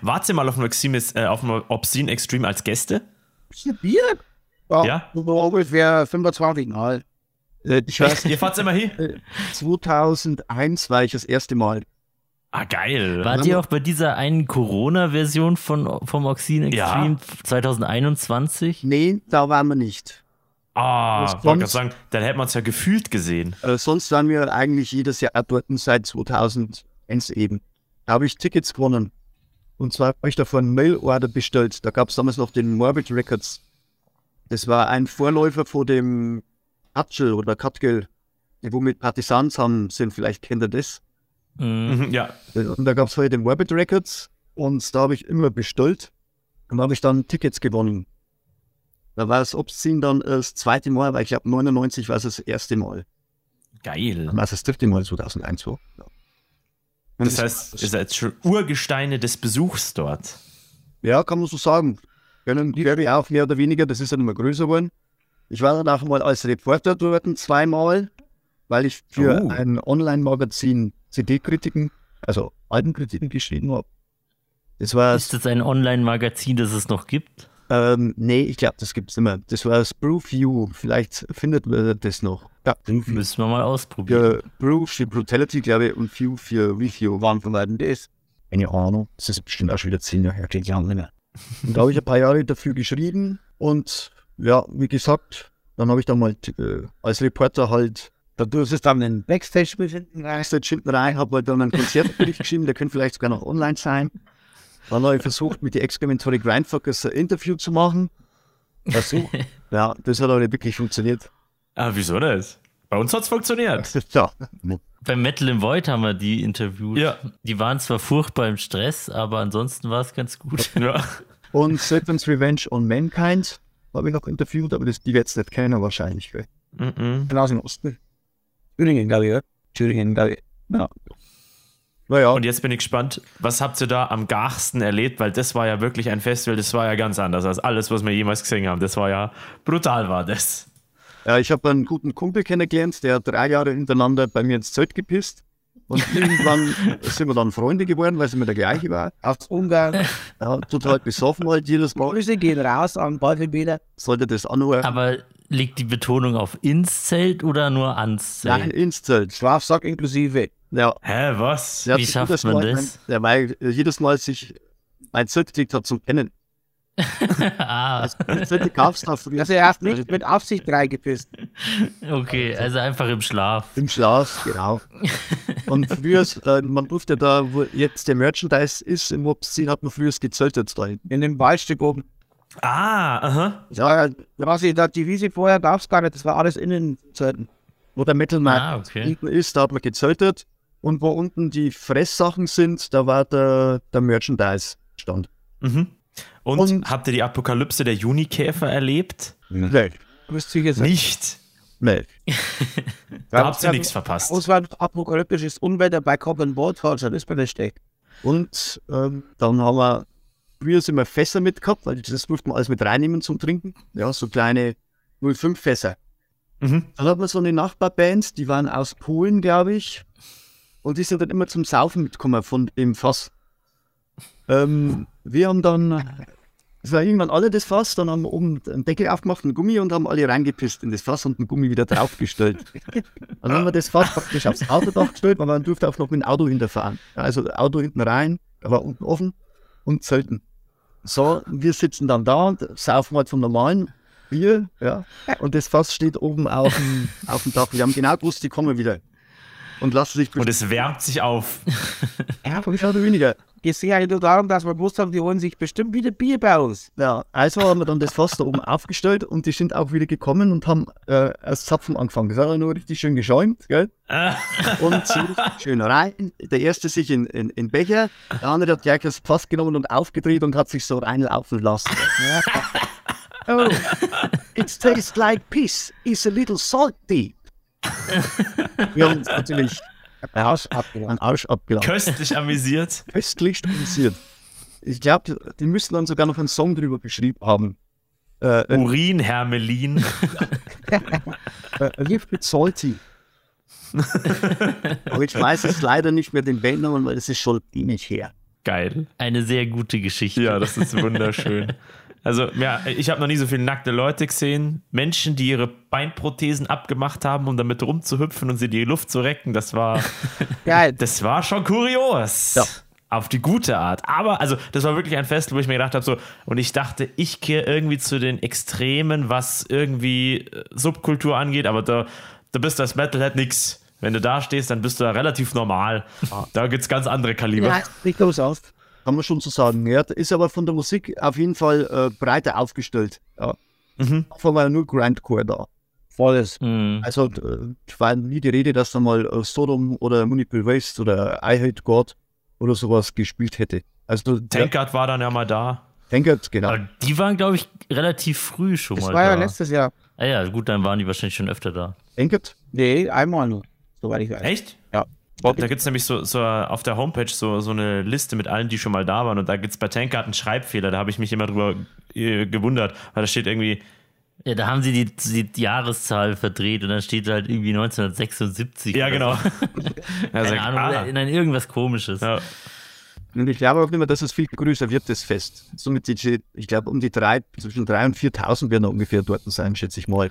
Wart ihr mal auf dem, Oximis, äh, auf dem Obscene Extreme als Gäste?
bisschen Bier?
Ja.
So ungefähr 25 Mal.
Äh, Ich weiß,
Ihr fahrt's immer hin?
2001 war ich das erste Mal.
Ah, geil.
Wart ihr auch bei dieser einen Corona-Version von, vom Oxin Extreme 2021?
Nee, da waren wir nicht.
Ah,
Was
ich wollte gerade
kommt's?
sagen, dann hätten wir uns ja gefühlt gesehen.
Äh, sonst waren wir eigentlich jedes Jahr dort seit 2001 eben. Da habe ich Tickets gewonnen. Und zwar habe ich davon Mailorder bestellt. Da gab es damals noch den Morbid Records. Das war ein Vorläufer vor dem Katschel oder Katgel, die wo mit Partisan zusammen sind. Vielleicht kennt ihr das.
Mhm.
Mhm, ja.
Äh, Und da gab es halt den Morbid Records und da habe ich immer bestellt und da habe ich dann Tickets gewonnen. Da war es Obszin dann äh, das zweite Mal, weil ich glaube 99 war es das erste Mal.
Geil.
Dann war es das dritte Mal 2001 so. Ja. Und
Das heißt, ihr seid schon Urgesteine des Besuchs dort.
ja, kann man so sagen. Können Derby auch mehr oder weniger, das ist ja immer größer geworden. Ich war dann auch mal als Reporter dort zweimal, weil ich für
Oh.
ein Online-Magazin CD-Kritiken, also Albenkritiken geschrieben habe. Das war
Ist das ein Online-Magazin, das es noch gibt?
Ähm, nee, ich glaube, das gibt's nicht mehr. Das war das Brewview. Vielleicht findet man das noch. Ja, Brewview.
Müssen wir mal ausprobieren.
Für Brew für Brutality, glaube ich, und View für Review waren von beiden das. Keine Ahnung. Das ist bestimmt auch schon wieder zehn Jahre her. Geht ja auch nicht mehr. Und da habe ich ein paar Jahre dafür geschrieben. Und ja, wie gesagt, dann habe ich dann mal äh, als Reporter halt
Da tust du es dann in den Backstage mit hinten rein.
Backstage hinten rein, habe halt dann einen Konzertbericht geschrieben, der könnte vielleicht sogar noch online sein. Dann habe ich versucht, mit den Excrementory Grindfuckers ein Interview zu machen. Versuch. Ja, das hat aber nicht wirklich funktioniert.
Ah, wieso das? Bei uns hat's funktioniert.
Ja.
Bei Metal in Void haben wir die interviewt.
Ja.
Die waren zwar furchtbar im Stress, aber ansonsten war es ganz gut.
Ja.
Und Serpent's Revenge on Mankind habe ich noch interviewt, aber das, die wird es nicht kennen wahrscheinlich. Gell?
Mhm.
Dann aus dem Osten. Thüringen, glaube ich, oder? Thüringen, glaube ich.
Naja,
Oh. Und jetzt bin ich gespannt, was habt ihr da am garsten erlebt? Weil das war ja wirklich ein Festival, das war ja ganz anders als alles, was wir jemals gesehen haben. Das war ja brutal, war das.
ja, äh, ich habe einen guten Kumpel kennengelernt, der hat drei Jahre hintereinander bei mir ins Zelt gepisst. Und irgendwann sind wir dann Freunde geworden, weil es immer der gleiche war.
Aus Ungarn.
Ja, total besoffen halt jedes Mal.
Grüße gehen raus an Beutelbäder.
Sollte das anhören.
Aber liegt die Betonung auf ins Zelt oder nur ans Zelt?
Nein, ins Zelt.
Schlafsack inklusive.
Ja,
Hä, was?
Der hat
Wie
sich
schafft
jedes
man
Mal
das?
Mein, ja, weil äh, jedes Mal sich mein Zelt gekriegt hat zum Pennen.
ah,
Das Zelt gab es da früher
Also er hat nicht mit Absicht reingepisst.
okay, also einfach im Schlaf.
im Schlaf, genau. Und früher, äh, man durfte da, wo jetzt der Merchandise ist, im Obszin hat man früher gezeltet da hinten.
In dem Waldstück oben.
Ah, aha.
Ja, was ich da, die Wiese vorher gab es gar nicht. Das war alles innen. Zeiten.
Wo der Metal Market
Ah, okay.
hinten ist, da hat man gezeltet. Und wo unten die Fresssachen sind, da war der, der Merchandise-Stand.
Mhm. Und,
Und-
habt ihr die Apokalypse der Junikäfer erlebt?
Mhm.
Nee,
Müsst ihr jetzt
Nicht.
nee.
Da
Ja,
habt ihr
ja,
nichts verpasst.
Ausland apokalyptisches Unwetter bei Common Board Torture, das bin ich steckt.
Und ähm, dann haben wir, früher sind wir Fässer mitgehabt, weil das durfte man alles mit reinnehmen zum Trinken. Ja, so kleine 05 Fässer.
Mhm.
Dann hat man so eine Nachbarband, die waren aus Polen, glaube ich. Und die sind dann immer zum Saufen mitgekommen von dem Fass. Ähm, wir haben dann, es war irgendwann alle das Fass, dann haben wir oben einen Deckel aufgemacht, einen Gummi und haben alle reingepisst in das Fass und den Gummi wieder draufgestellt. dann haben wir das Fass praktisch aufs Autodach gestellt, weil man durfte auch noch mit dem Auto hinterfahren. Ja, Also Auto hinten rein, aber unten offen und selten. So, wir sitzen dann da und saufen halt vom normalen Bier, ja. Und das Fass steht oben auf dem, auf dem Dach. Wir haben genau gewusst, die kommen wieder. Und lassen sich
Und es wärmt sich auf.
Ja, aber
mehr oder weniger.
es ging eigentlich nur darum, dass wir gewusst haben, die holen sich bestimmt wieder Bier bei uns.
Ja, also haben wir dann das Fass da oben aufgestellt und die sind auch wieder gekommen und haben äh, erst Zapfen angefangen. Das hat ja nur richtig schön geschäumt, gell? und so richtig schön rein. Der erste sich in, in, in Becher, der andere hat gleich das Fass genommen und aufgedreht und hat sich so reinlaufen lassen. oh, it tastes like piss. It's a little salty. Wir haben uns natürlich
Raus abgenommen.
einen Arsch abgelassen.
Köstlich amüsiert.
köstlich stilisiert. Ich glaube, die müssen dann sogar noch einen Song drüber geschrieben haben. Äh, äh,
Urin, Hermelin.
äh, Lift mit Salty. Aber ich weiß es leider nicht mehr den Bandnamen, weil es ist schon ewig her.
Geil.
Eine sehr gute Geschichte.
Ja, das ist wunderschön. Also, ja, ich habe noch nie so viele nackte Leute gesehen. Menschen, die ihre Beinprothesen abgemacht haben, um damit rumzuhüpfen und sie in die Luft zu recken. Das war,
Geil.
das war schon kurios.
Ja.
Auf die gute Art. Aber, also, das war wirklich ein Fest, wo ich mir gedacht habe, so, und ich dachte, ich kehre irgendwie zu den Extremen, was irgendwie äh, Subkultur angeht, aber da, da bist du als Metalhead nix. Wenn du da stehst, dann bist du da relativ normal. Da gibt's ganz andere Kaliber.
Ja, ich glaube es aus.
Kann man schon so sagen. Ja, ist aber von der Musik auf jeden Fall äh, breiter aufgestellt. Ja.
Mhm.
Davon war ja nur Grindcore da.
Volles.
Hm.
Mhm.
Also äh, es war nie die Rede, dass da mal äh, Sodom oder Multiple Waste oder I Hate God oder sowas gespielt hätte. Also
Tankard war dann ja mal da.
Tankard, genau.
Aber die waren, glaube ich, relativ früh schon
Das
mal
war ja
da.
letztes Jahr.
ah ja, gut, dann waren die wahrscheinlich schon öfter da.
Tankard?
Nee, einmal nur. Soweit ich weiß.
Echt?
Ja.
Da gibt es nämlich so, so auf der Homepage so, so eine Liste mit allen, die schon mal da waren. Und da gibt es bei Tankard einen Schreibfehler. Da habe ich mich immer drüber äh, gewundert, weil da steht irgendwie,
Ja, da haben sie die, die Jahreszahl verdreht und dann steht halt irgendwie 1976.
ja,
oder
genau.
so.
Ja, sag
Keine
ich,
Ahnung,
ah.
oder- nein, irgendwas komisches.
Ja.
Und ich glaube auch immer, dass es viel größer wird, das Fest. Somit, die, ich glaube, um die drei, zwischen 3.000 und 4.000 werden da ungefähr dort sein, schätze ich mal.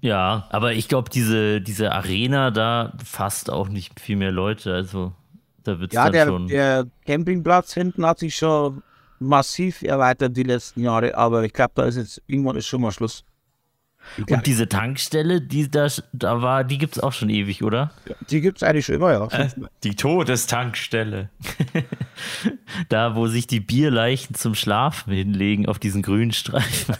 Ja, aber ich glaube, diese, diese Arena da fasst auch nicht viel mehr Leute. Also da wird es
Ja,
dann
der,
schon.
der Campingplatz hinten hat sich schon massiv erweitert die letzten Jahre, aber ich glaube, da ist jetzt irgendwann ist schon mal Schluss. Ja.
Und diese Tankstelle, die da, da war, die gibt's auch schon ewig, oder?
Die gibt es eigentlich schon immer, ja.
Äh, Die Todestankstelle.
Da, wo sich die Bierleichen zum Schlafen hinlegen auf diesen grünen Streifen.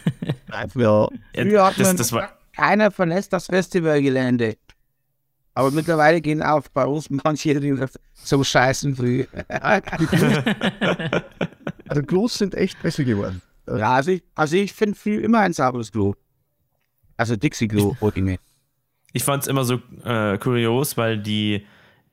Einfach, ja,
Früher hat
das,
man
das war,
keiner verlässt das Festivalgelände. Aber mittlerweile gehen auch bei uns manche rüber zum Scheißen früh.
also Klos sind echt besser geworden.
ja, also ich, also ich finde viel immer ein sauberes Klo. Also Dixie-Klo, wollte ich mir.
ich fand es immer so äh, kurios, weil die,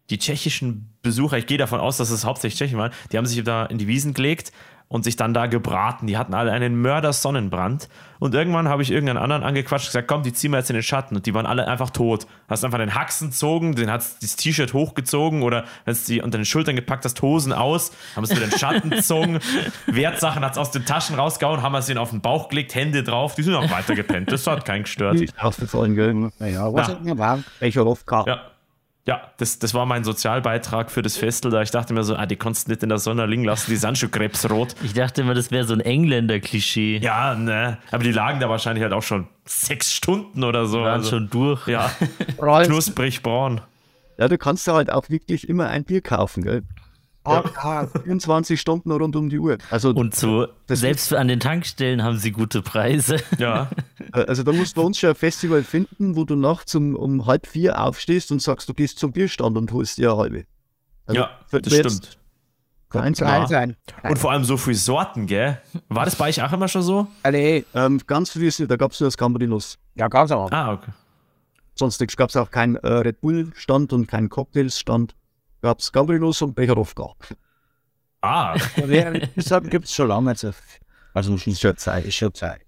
die tschechischen Besucher, ich gehe davon aus, dass es hauptsächlich Tschechen waren, die haben sich da in die Wiesen gelegt und sich dann da gebraten. Die hatten alle einen Mörder-Sonnenbrand. Und irgendwann habe ich irgendeinen anderen angequatscht und gesagt, komm, die ziehen wir jetzt in den Schatten. Und die waren alle einfach tot. Hast einfach den Haxen gezogen, den hat das T-Shirt hochgezogen oder hast die unter den Schultern gepackt, hast Hosen aus, haben es wieder in den Schatten gezogen, Wertsachen hat es aus den Taschen rausgehauen, haben es ihnen auf den Bauch gelegt, Hände drauf, die sind auch weiter gepennt. Das hat keinen gestört.
Ich aufgefallen, gell?
Naja, was
Ja.
hat mir warm?
Welcher Rofka?
Ja. Ja, das, das war mein Sozialbeitrag für das Festel da. Ich dachte mir so, ah, die konntest nicht in der Sonne liegen lassen, die sind schon krebsrot.
Ich dachte immer, das wäre so ein Engländer-Klischee.
Ja, ne. Aber die lagen da wahrscheinlich halt auch schon sechs Stunden oder so.
Waren
Also,
schon durch.
Ja,
Rollen.
knusprig braun.
Ja, du kannst da halt auch wirklich immer ein Bier kaufen, gell?
Ah, ah,
24 Stunden rund um die Uhr. Also,
Und so,
Das-
selbst an den Tankstellen haben sie gute Preise.
Ja.
also da musst du uns schon ein Festival finden, wo du nachts um, um halb vier aufstehst und sagst, du gehst zum Bierstand und holst dir eine halbe. Also,
ja,
wird
das
mir jetzt
stimmt.
Keins
Nein,
war.
nein.
Und vor allem so viele Sorten, gell? War das bei euch auch immer schon so?
Alle,
Ähm, ganz früh ist, da gab es nur das Cambrinos.
ja, ganz am Anfang.
Ah, okay.
Sonst gab es auch keinen äh, Red Bull-Stand und keinen Cocktails-Stand. Gab es Cambrinos und Becherowka.
Ah,
Deshalb gibt es schon lange jetzt. Also schon schon Zeit, schon Zeit.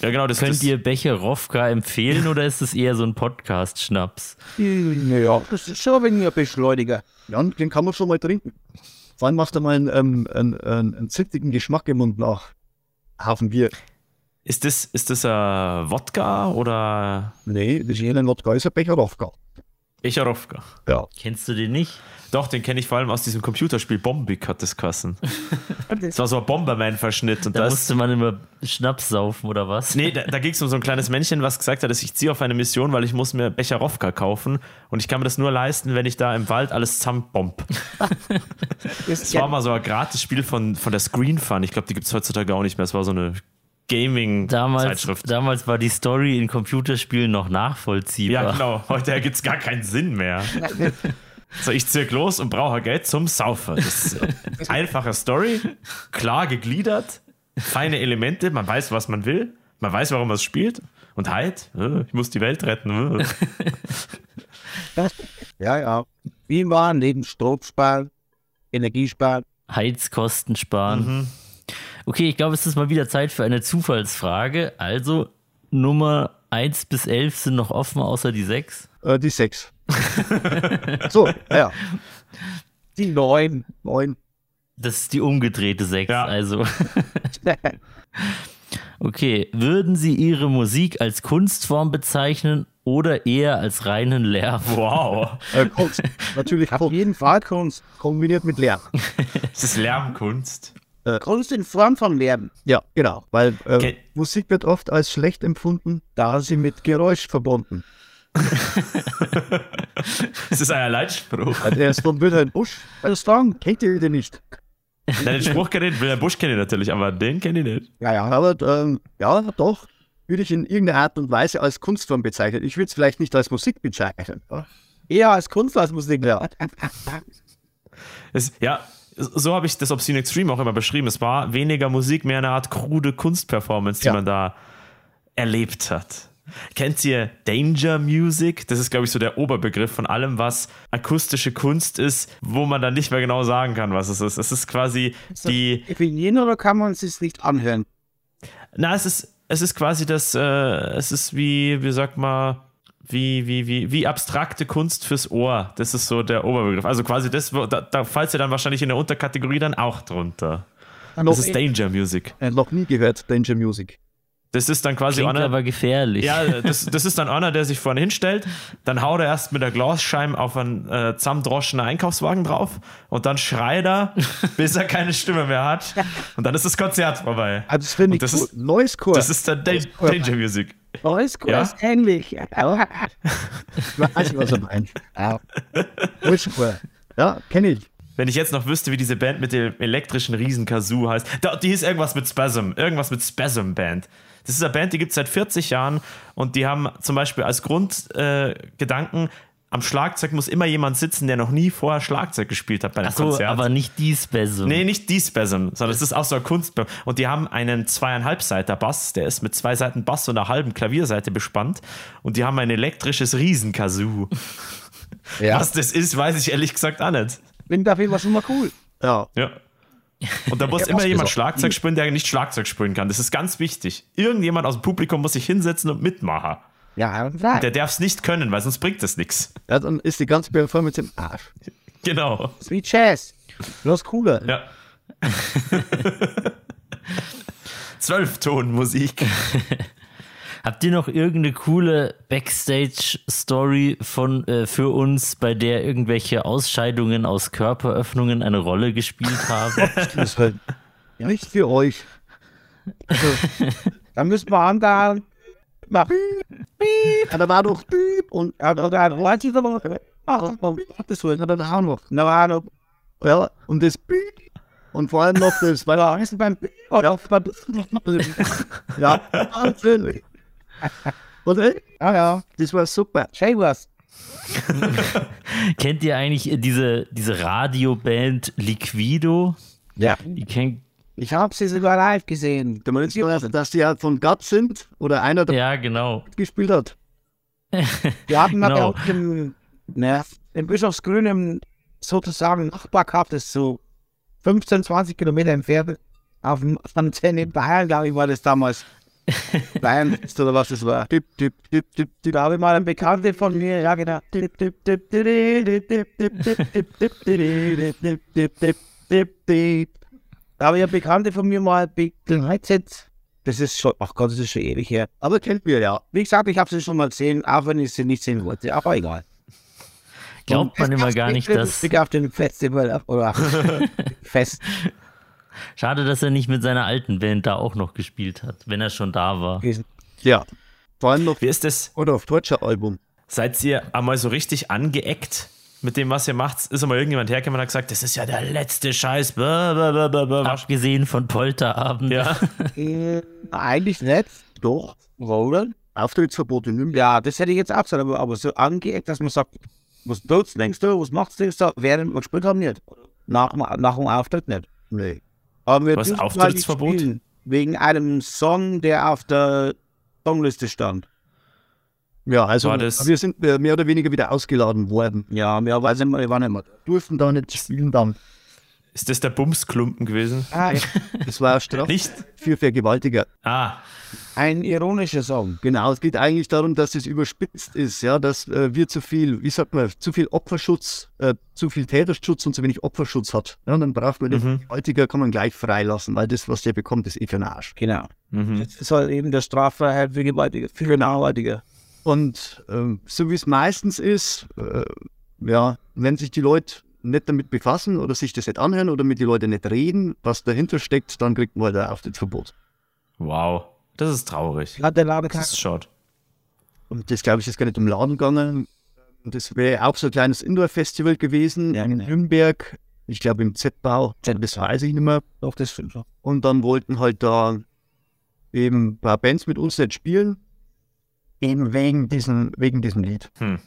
ja genau, das
Könnt
das,
ihr Becherowka empfehlen oder ist es eher so ein Podcast-Schnaps?
Naja, das ist schon wegen ein Beschleuniger.
Ja, und den kann man schon mal trinken. Vor allem macht er mal einen, ähm, einen, einen, einen zittigen Geschmack im Mund nach. Hafen Bier.
Ist das, ist das äh, Wodka oder
Nee, das ist ein Wodka, ist ein Becherowka.
Becherowka?
Ja.
Kennst du den nicht?
Doch, den kenne ich vor allem aus diesem Computerspiel Bombik hat das Kassen. Das war so ein Bomberman-Verschnitt und
Da
das.
musste man immer Schnaps saufen oder was?
Nee, da, da ging es um so ein kleines Männchen, was gesagt hat, dass ich ziehe auf eine Mission, weil ich muss mir Becherowka kaufen und ich kann mir das nur leisten, wenn ich da im Wald alles zusammenbomb.
Das
Das war mal so ein Gratis-Spiel von, von der Screen Fun. Ich glaube, die gibt es heutzutage auch nicht mehr. Es war so eine
Damals,
Gaming-Zeitschrift.
damals war die Story in Computerspielen noch nachvollziehbar.
Ja, genau. Heute ergibt es gar keinen Sinn mehr. So, ich zirk los und brauche Geld zum Saufen. Das ist eine einfache Story, klar gegliedert, feine Elemente, man weiß, was man will, man weiß, warum man es spielt. Und halt, äh, ich muss die Welt retten. äh.
ja, ja. Wir waren neben Stromsparen, Energiesparen.
Heizkosten sparen.
Mhm.
Okay, ich glaube, es ist mal wieder Zeit für eine Zufallsfrage. Also Nummer 1 bis 11 sind noch offen, außer die 6.
Äh, die sechs. so, ah ja.
Die neuen.
Neun.
Das ist die umgedrehte 6.
Ja.
Also Okay, würden Sie Ihre Musik als Kunstform bezeichnen oder eher als reinen Lärm?
Wow.
Äh, Kunst, natürlich
Auf
Kunst,
jeden Fall
Kunst kombiniert mit Lärm.
Das ist Lärmkunst.
Kunst in Form von Lärm.
Ja, genau, weil äh,
Okay.
Musik wird oft als schlecht empfunden, da sie mit Geräusch verbunden.
Das ist ein Leitspruch.
Der ist von Wilhelm Busch. Also Song kennt ihr den nicht.
Den Spruch kenne ich, Wilhelm Busch kenne ich natürlich, aber den kenne ich nicht.
Ja, ja. Aber ähm, ja, doch, würde ich in irgendeiner Art und Weise als Kunstform bezeichnen. Ich würde es vielleicht nicht als Musik bezeichnen. oder?
Eher als Kunst als Musik.
Ja.
Es, ja, so habe ich das Obscene Extreme auch immer beschrieben. Es war weniger Musik, mehr eine Art krude Kunstperformance, die
Ja.
man da erlebt hat. Kennt ihr Danger Music? Das ist, glaube ich, so der Oberbegriff von allem, was akustische Kunst ist, wo man dann nicht mehr genau sagen kann, was es ist. Es ist quasi die.
Definieren oder kann man es sich nicht anhören?
Na, es ist, es ist quasi das. Äh, es ist wie, wie sagt man. Wie, wie, wie, wie abstrakte Kunst fürs Ohr. Das ist so der Oberbegriff. Also quasi das, wo- da, da fallt ihr dann wahrscheinlich in der Unterkategorie dann auch drunter.
Noch,
Das ist Danger Music.
äh, noch nie gehört, Danger Music.
Das ist dann quasi
Klingt
einer.
aber gefährlich.
Also, Ja, das, das ist dann einer, der sich vorne hinstellt, dann haut er erst mit der Glasscheibe auf einen äh, zusammendroschenen Einkaufswagen drauf und dann schreit er, bis er keine Stimme mehr hat. Und dann ist das Konzert vorbei.
Also das finde
Und
ich
das
cool.
ist-
neues Chor.
Das ist dann Dan- Danger Music.
Oh, ist cool,
Ja.
ist ähnlich.
ich weiß nicht, was er meint. Ja. Neues Chor. Ja, kenne ich.
Wenn ich jetzt noch wüsste, wie diese Band mit dem elektrischen riesen Kazoo heißt. Da, die hieß irgendwas mit Spasm. Irgendwas mit Spasm Band. Das ist eine Band, die gibt es seit 40 Jahren und die haben zum Beispiel als Grundgedanken, äh, Gedanken, am Schlagzeug muss immer jemand sitzen, der noch nie vorher Schlagzeug gespielt hat bei einem
Achso,
Konzert.
aber nicht die Spessum.
Nee, nicht die Spasm, sondern es ist auch so ein Kunst. Und die haben einen zweieinhalbseiter Bass, der ist mit zwei Seiten Bass und einer halben Klavierseite bespannt. Und die haben ein elektrisches Riesenkazoo.
Ja.
Was das ist, weiß ich ehrlich gesagt auch nicht.
Bin dafür war schon mal cool.
Ja.
Ja. Und da muss immer jemand Schlagzeug spielen, der nicht Schlagzeug spielen kann. Das ist ganz wichtig. Irgendjemand aus dem Publikum muss sich hinsetzen und mitmachen.
Ja,
Der darf es nicht können, weil sonst bringt das nichts.
ja, dann ist die ganze Performance im Arsch.
Genau.
ist wie Jazz.
Das ist cooler.
Ja. Zwölftonmusik.
Habt ihr noch irgendeine coole Backstage-Story von äh, für uns, bei der irgendwelche Ausscheidungen aus Körperöffnungen eine Rolle gespielt haben?
Das ist halt nicht für euch.
Dann müssen wir anderen machen.
Ja, da war doch Piep und
äh, Oder ein Leute, aber. Ach, das
das war dann auch noch.
Na, Ahnung.
Ja, und das Piep und vor allem noch das, weil
Oder ist beim. Oder beim.
ja, natürlich. Und äh,
Ja, Ah, ja.
das war super.
Shay was.
Kennt ihr eigentlich äh, diese, diese Radioband Liquido?
Ja.
Die kennt.
Ich hab sie sogar live gesehen.
Da meinst du, dass die ja von Gott sind oder einer, der
Ja, genau.
gespielt hat?
Wir haben
Genau.
nachher auch im, ne, im Bischofsgrün im sozusagen Nachbar gehabt, das ist so 15, 20 Kilometer entfernt. Auf dem Antenne in Bayern, glaube ich, war das damals. Bayern,
Ist oder was das war? Tipp, tipp, tipp, tipp, tipp.
da habe ich mal einen Bekannten von mir, ja genau. Tipp, tipp, tipp, tipp, tipp, tipp, tipp, tipp, tipp, tipp, tipp, tipp, tipp, tipp, tipp, tipp. Da habe ich einen Bekannten von mir mal begleitet. Das ist schon, ach Gott, das ist schon ewig her.
Aber kennt wir ja.
Wie gesagt, ich habe sie schon mal gesehen, auch wenn ich sie nicht sehen wollte, aber egal.
Glaubt man immer gar nicht, dass.
Blick auf den Festival ab- oder auf Fest.
Schade, dass er nicht mit seiner alten Band da auch noch gespielt hat, wenn er schon da war.
Ja. Vor allem noch
Wie ist das?
oder auf Torture Album.
Seid ihr einmal so richtig angeeckt mit dem, was ihr macht? Ist einmal irgendjemand hergekommen und hat gesagt, das ist ja der letzte Scheiß. Blah, blah, blah, blah, blah.
Abgesehen von Polterabend.
Ja.
Äh, Eigentlich nicht.
Doch.
Oder?
Auftrittsverbot in Nürnberg.
Ja, das hätte ich jetzt auch gesagt, aber, aber so angeeckt, dass man sagt, was tut's denkst du, was machst du, so, während man gespielt haben nicht. Nach, dem- nach dem Auftritt nicht.
Nee.
Aber wir
Was,
durften halt
Auftrittsverbot?
nicht spielen, Wegen einem Song, der auf der Songliste stand.
Ja, also
War das-
wir sind äh, mehr oder weniger wieder ausgeladen worden.
Ja, wir waren, wir waren nicht mehr.
Durften da nicht spielen dann.
Ist das der Bumsklumpen gewesen?
Ah, ja.
Das war Straf
Nicht?
für Vergewaltiger.
Ah,
Ein ironischer Song.
Genau, es geht eigentlich darum, dass es überspitzt ist, ja, dass äh, wir zu viel, wie sagt man, zu viel Opferschutz, äh, zu viel Täterschutz und zu wenig Opferschutz hat. Ja, und dann braucht man den Vergewaltiger, kann man gleich freilassen, weil das, was der bekommt, ist eh für den Arsch.
Genau.
Mhm.
Das soll eben der Straffreiheit für Gewaltige, für Gewaltige.
Und ähm, so wie es meistens ist, äh, ja, wenn sich die Leute nicht damit befassen oder sich das nicht anhören oder mit den Leuten nicht reden, was dahinter steckt, dann kriegt man da auf das Verbot.
wow. Das ist traurig.
Hat der Laden
Das ist schade.
Und das, glaube ich, ist gar nicht um den Laden gegangen. Und das wäre auch so ein kleines Indoor-Festival gewesen
Ja,
in
genau.
Nürnberg. Ich glaube im Z-Bau,
Z-Bau.
das weiß ich nicht mehr.
Doch, das stimmt schon.
Und dann wollten halt da eben ein paar Bands mit uns nicht spielen. Eben wegen diesem, wegen diesem Lied.
Hm.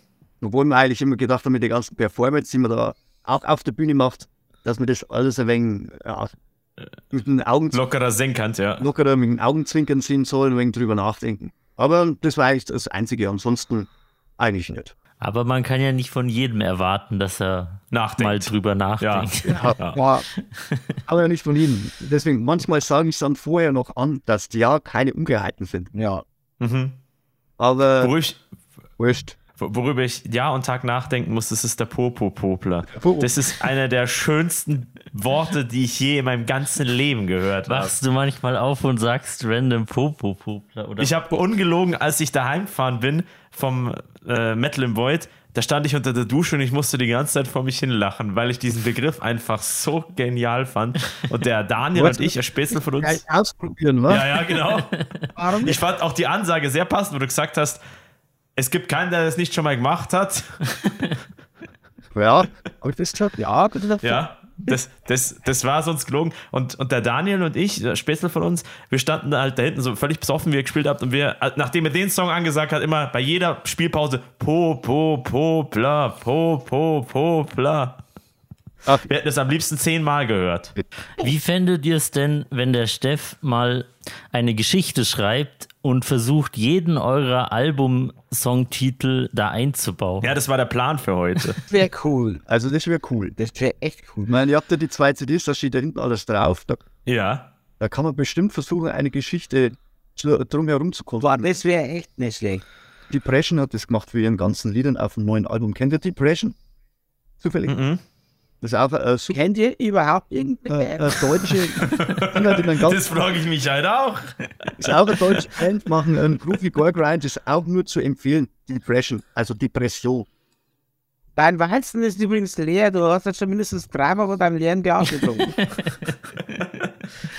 Obwohl wir eigentlich immer gedacht haben, mit der ganzen Performance, die man da auch auf der Bühne macht, dass man das alles ein wenig ja,
Äh.
mit den Augen
Lockerer Senkant, ja.
lockerer mit den Augenzwinkern sehen soll, ein wenig drüber nachdenken. Aber das war eigentlich das Einzige, ansonsten eigentlich nicht.
Aber man kann ja nicht von jedem erwarten, dass er
Nachdenkt.
mal drüber
Ja.
nachdenkt.
Boah,
Aber ja nicht von jedem. Deswegen, manchmal sage ich es dann vorher noch an, dass die ja keine Ungeheiten sind.
ja.
Mhm.
Aber
Worüber, ich,
wurscht.
worüber ich Jahr und Tag nachdenken muss, das ist der Popopopler.
Popo.
Das ist einer der schönsten Worte, die ich je in meinem ganzen Leben gehört habe.
Wachst du manchmal auf und sagst random Popo Popler oder
Ich habe ungelogen, als ich daheim gefahren bin vom äh, Metal im Void, da stand ich unter der Dusche und ich musste die ganze Zeit vor mich hin lachen, weil ich diesen Begriff einfach so genial fand. Und der Daniel und ich, der Spätzle von uns.
gleich ausprobieren, wa?
Ja, ja, genau.
Warum
Ich fand auch die Ansage sehr passend, wo du gesagt hast, es gibt keinen, der das nicht schon mal gemacht hat.
Ja,
Hab ich das gesagt? Ja, das ist
Ja, das, das, das war sonst gelogen. Und, und der Daniel und ich, der Spätzle von uns, wir standen da halt da hinten so völlig besoffen, wie ihr gespielt habt. Und wir, äh, nachdem er den Song angesagt hat, immer bei jeder Spielpause Po, Po, Po, Bla, Po, Po, Po, Bla.
Ach.
Wir hätten es am liebsten zehnmal gehört.
Wie fändet ihr es denn, wenn der Steff mal eine Geschichte schreibt und versucht, jeden eurer Album-Songtitel da einzubauen?
Ja, das war der Plan für heute.
wäre cool.
also das wäre cool.
Das wäre echt cool.
Ich meine, ihr habt ja die zwei CDs, da steht da hinten alles drauf. Da,
ja.
da kann man bestimmt versuchen, eine Geschichte zu- drum herum zu
Boah,
kommen.
das wäre echt nicht schlecht.
Depression hat das gemacht für ihren ganzen Liedern auf dem neuen Album. Kennt ihr Depression? Zufällig.
Mhm.
Das ist auch äh, super.
Kennt ihr überhaupt irgendeine
Äh,
Band?
äh, deutsche, Dinger, die dann ganz,
Das frage ich mich halt auch.
ist auch eine deutsche Band machen, ein groovy Gore Grind, ist auch nur zu empfehlen. Depression, also Depression.
Dein Weizen ist übrigens leer. Du hast jetzt schon mindestens dreimal von deinem leeren Glas getrunken.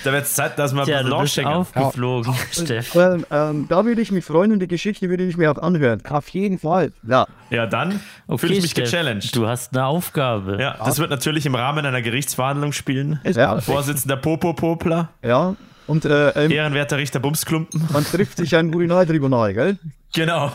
Da wird es Zeit, dass wir ein
Tja,
bisschen
du bist
nachschicken.
aufgeflogen, Steff.
Ähm, ähm, da würde ich mich freuen und die Geschichte würde ich mir auch anhören.
Auf jeden Fall.
Ja,
Ja, dann fühle ich mich
Steff,
gechallenged.
Du hast eine Aufgabe.
Ja, das wird natürlich im Rahmen einer Gerichtsverhandlung spielen.
ja,
Vorsitzender Popo Popler,
ja. Und äh, ähm,
ehrenwerter Richter Bumsklumpen.
Man trifft sich an Urinaltribunal, gell?
Genau.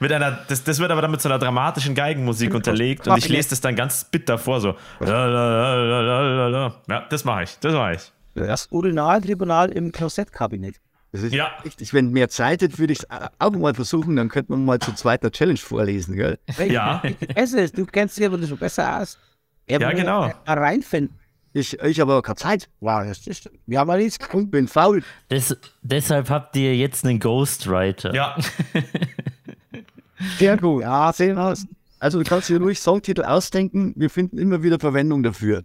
Mit einer, das, das wird aber dann mit so einer dramatischen Geigenmusik unterlegt und ich lese das dann ganz bitter vor, so. La, la, la, la, la, la. Ja, das mache ich, das mache ich.
Das Urinaltribunal im Klosettkabinett.
Das ist
Ja.
richtig. Wenn mehr Zeit hätte, würde ich es auch mal versuchen, dann könnte man mal zu zweiter Challenge vorlesen, gell?
Ja,
Es ist, du kennst dich aber schon besser aus. Er
Ja,
will
genau.
da Reinfinden.
Ich, ich habe aber keine Zeit.
Wow, das ist, wir haben ja nichts
Ich bin faul.
Des, deshalb habt ihr jetzt einen Ghostwriter.
ja.
Sehr gut. Ja, sehen aus. Also du kannst dir ruhig Songtitel ausdenken. Wir finden immer wieder Verwendung dafür.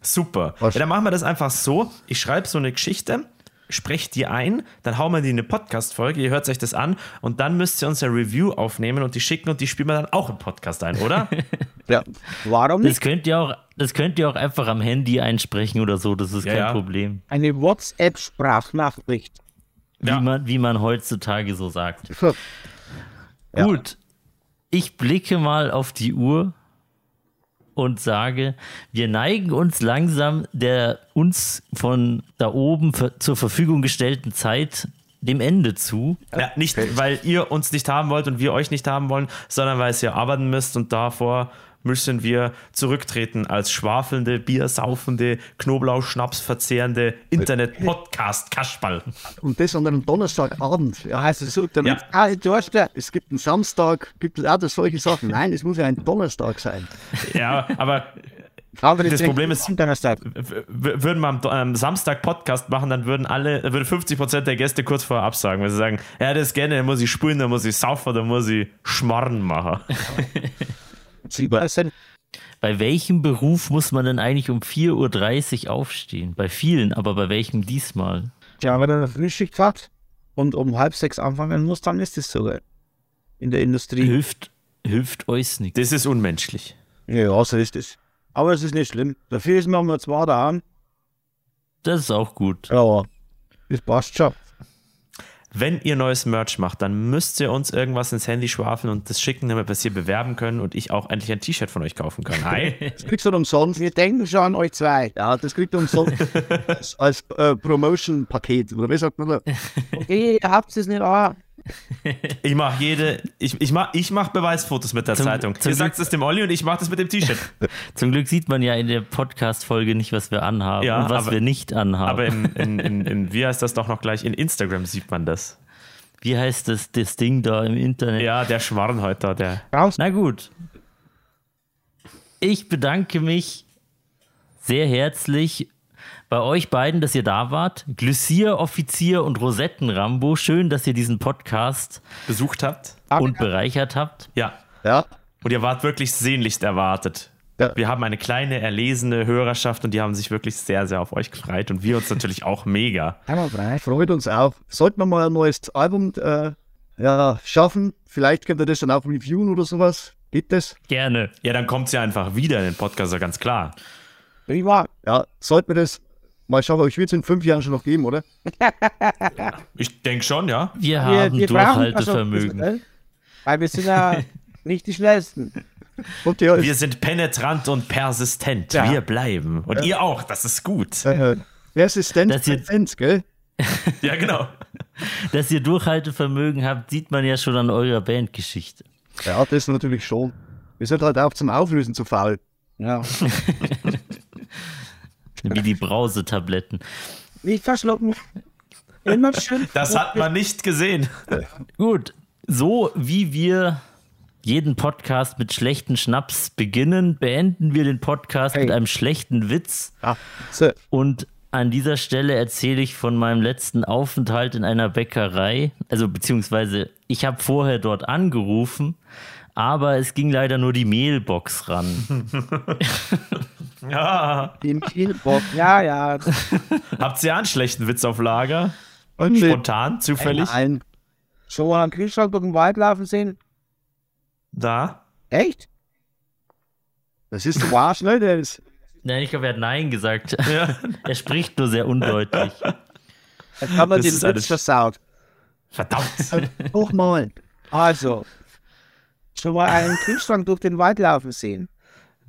Super. Ja,
Was?
dann machen wir das einfach so. Ich schreibe so eine Geschichte, spreche die ein, dann hauen wir die in eine Podcast-Folge, ihr hört euch das an und dann müsst ihr uns ein Review aufnehmen und die schicken und die spielen wir dann auch im Podcast ein, oder?
Ja.
Warum
Das
nicht?
könnt ihr auch, das könnt ihr auch einfach am Handy einsprechen oder so, das ist
Ja,
kein
ja.
Problem.
Eine WhatsApp-Sprachnachricht.
Wie,
Ja.
man, wie man heutzutage so sagt.
Ja.
Gut, ich blicke mal auf die Uhr und sage, wir neigen uns langsam der uns von da oben ver zur Verfügung gestellten Zeit dem Ende zu.
Ja, nicht, weil ihr uns nicht haben wollt und wir euch nicht haben wollen, sondern weil es ihr arbeiten müsst und davor müssen wir zurücktreten als schwafelnde, biersaufende, Knoblauchschnaps verzehrende Internet-Podcast-Kasperl.
Und das an einem Donnerstagabend. Ja, also so, damit
Ja.
Ah, du hast da.
es gibt einen Samstag, gibt es auch das solche Sachen. Nein, es muss ja ein Donnerstag sein.
Ja, aber
Andere
Das
denken,
Problem ist-
am Donnerstag.
W- w- würden wir am Do- am Samstag Podcast machen, dann würden alle, dann würde 50% der Gäste kurz vorher absagen, weil sie sagen, ja, das gerne, dann muss ich spulen, dann muss ich saufen, dann muss ich Schmarren machen.
Das sind
Bei welchem Beruf muss man denn eigentlich um 4.30 Uhr aufstehen? Bei vielen, aber bei welchem diesmal?
Tja, wenn er eine Frühschicht hat und um halb sechs anfangen muss, dann ist es sogar in der Industrie.
Hilft, hilft euch nichts.
Das ist unmenschlich.
Ja, so ist es. Aber es ist nicht schlimm. Dafür ist man nur zwei da an.
Das ist auch gut.
Ja, das passt schon.
Wenn ihr neues Merch macht, dann müsst ihr uns irgendwas ins Handy schwafeln und das schicken, damit wir es hier bewerben können und ich auch endlich ein T-Shirt von euch kaufen kann. Hi.
Das kriegst du dann umsonst.
Wir denken schon an euch zwei.
Ja, das kriegt ihr umsonst als, als äh, Promotion-Paket. Oder wie sagt man da?
Okay, ihr habt es nicht an.
Ich mache jede, ich, ich mache ich mach Beweisfotos mit der
Zum-
Zeitung.
zum
ihr sagt es dem Olli und ich mache das mit dem T-Shirt.
Zum Glück sieht man ja in der Podcast-Folge nicht, was wir anhaben
Ja,
und was
aber-
wir nicht anhaben.
Aber in, in, in, in, wie heißt das doch noch gleich? In Instagram sieht man das.
Wie heißt das, das Ding da im Internet?
Ja, der Schmarrn heute da, der.
Na gut. Ich bedanke mich sehr herzlich bei euch beiden, dass ihr da wart. Glüssier, Offizier und Rosetten-Rambo. Schön, dass ihr diesen Podcast
besucht habt.
und bereichert habt.
Ja.
Ja,
Und ihr wart wirklich sehnlichst erwartet.
Ja.
Wir haben eine kleine, erlesene Hörerschaft und die haben sich wirklich sehr, sehr auf euch gefreut. Und wir uns natürlich auch mega.
Einmal frei.
freut uns auch. Sollten wir mal ein neues Album äh, ja, schaffen, vielleicht könnt ihr das dann auch reviewen oder sowas. Geht das?
Gerne.
Ja, dann kommt sie einfach wieder in den Podcast, ja ganz klar.
Prima.
Ja, sollten wir das mal schauen, aber ich will es in fünf Jahren schon noch geben, oder?
Ich denke schon, ja.
Wir, haben
brauchen- also,
Durchhaltevermögen.
äh, Weil wir sind ja nicht die Schnellsten.
Und ja,
Wir sind penetrant und persistent.
Ja.
Wir bleiben. Und ihr auch, das ist gut.
äh, Resistent,
Das jetzt-
Resistent, gell?
Ja, genau.
Dass ihr Durchhaltevermögen habt, sieht man ja schon an eurer Bandgeschichte.
Ja, das natürlich schon. Wir sind halt auch zum Auflösen zu faul.
Ja.
Wie die Brausetabletten.
Nicht verschlucken. Immer schön.
Das hat man nicht gesehen.
Gut, so wie wir jeden Podcast mit schlechten Schnaps beginnen, beenden wir den Podcast mit einem schlechten Witz.
Ja, so,
Und an dieser Stelle erzähle ich von meinem letzten Aufenthalt in einer Bäckerei. Also beziehungsweise ich habe vorher dort angerufen, aber es ging leider nur die Mailbox ran.
Ja.
Den Kielbock. Ja, ja.
Habt ihr einen schlechten Witz auf Lager?
und
Spontan, zufällig?
Nein,
Schon mal am Kühlschrank durch den Wald laufen sehen.
Da?
Echt?
das ist wahr
ne?
schnell, der ist.
Nein, ich glaube, er hat Nein gesagt.
Ja.
Er spricht nur sehr undeutlich.
Da kann man
Das
den
ist
Witz
alles-
versaut.
Halt
Verdammt.
Nochmal.
Also, schon mal einen Kühlschrank durch den Wald laufen sehen.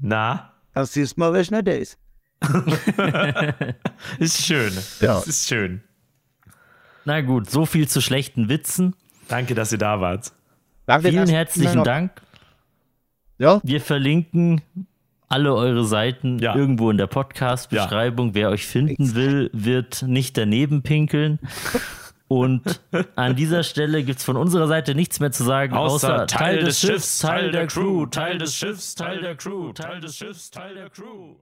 Na?
Da siehst du mal, wer schneller ist.
Ist schön.
Ja.
Das ist schön.
Na gut, so viel zu schlechten Witzen.
Danke, dass ihr da wart.
Danke, dass
Vielen
du immer
herzlichen
noch-
Dank.
Ja,
Wir verlinken alle eure Seiten
Ja.
irgendwo in der Podcast-Beschreibung. Wer euch finden will, wird nicht daneben pinkeln. Und an dieser Stelle gibt es von unserer Seite nichts mehr zu sagen, außer, Teil des Schiffs, Teil der Crew, Teil des Schiffs, Teil der Crew, Teil des Schiffs, Teil der Crew.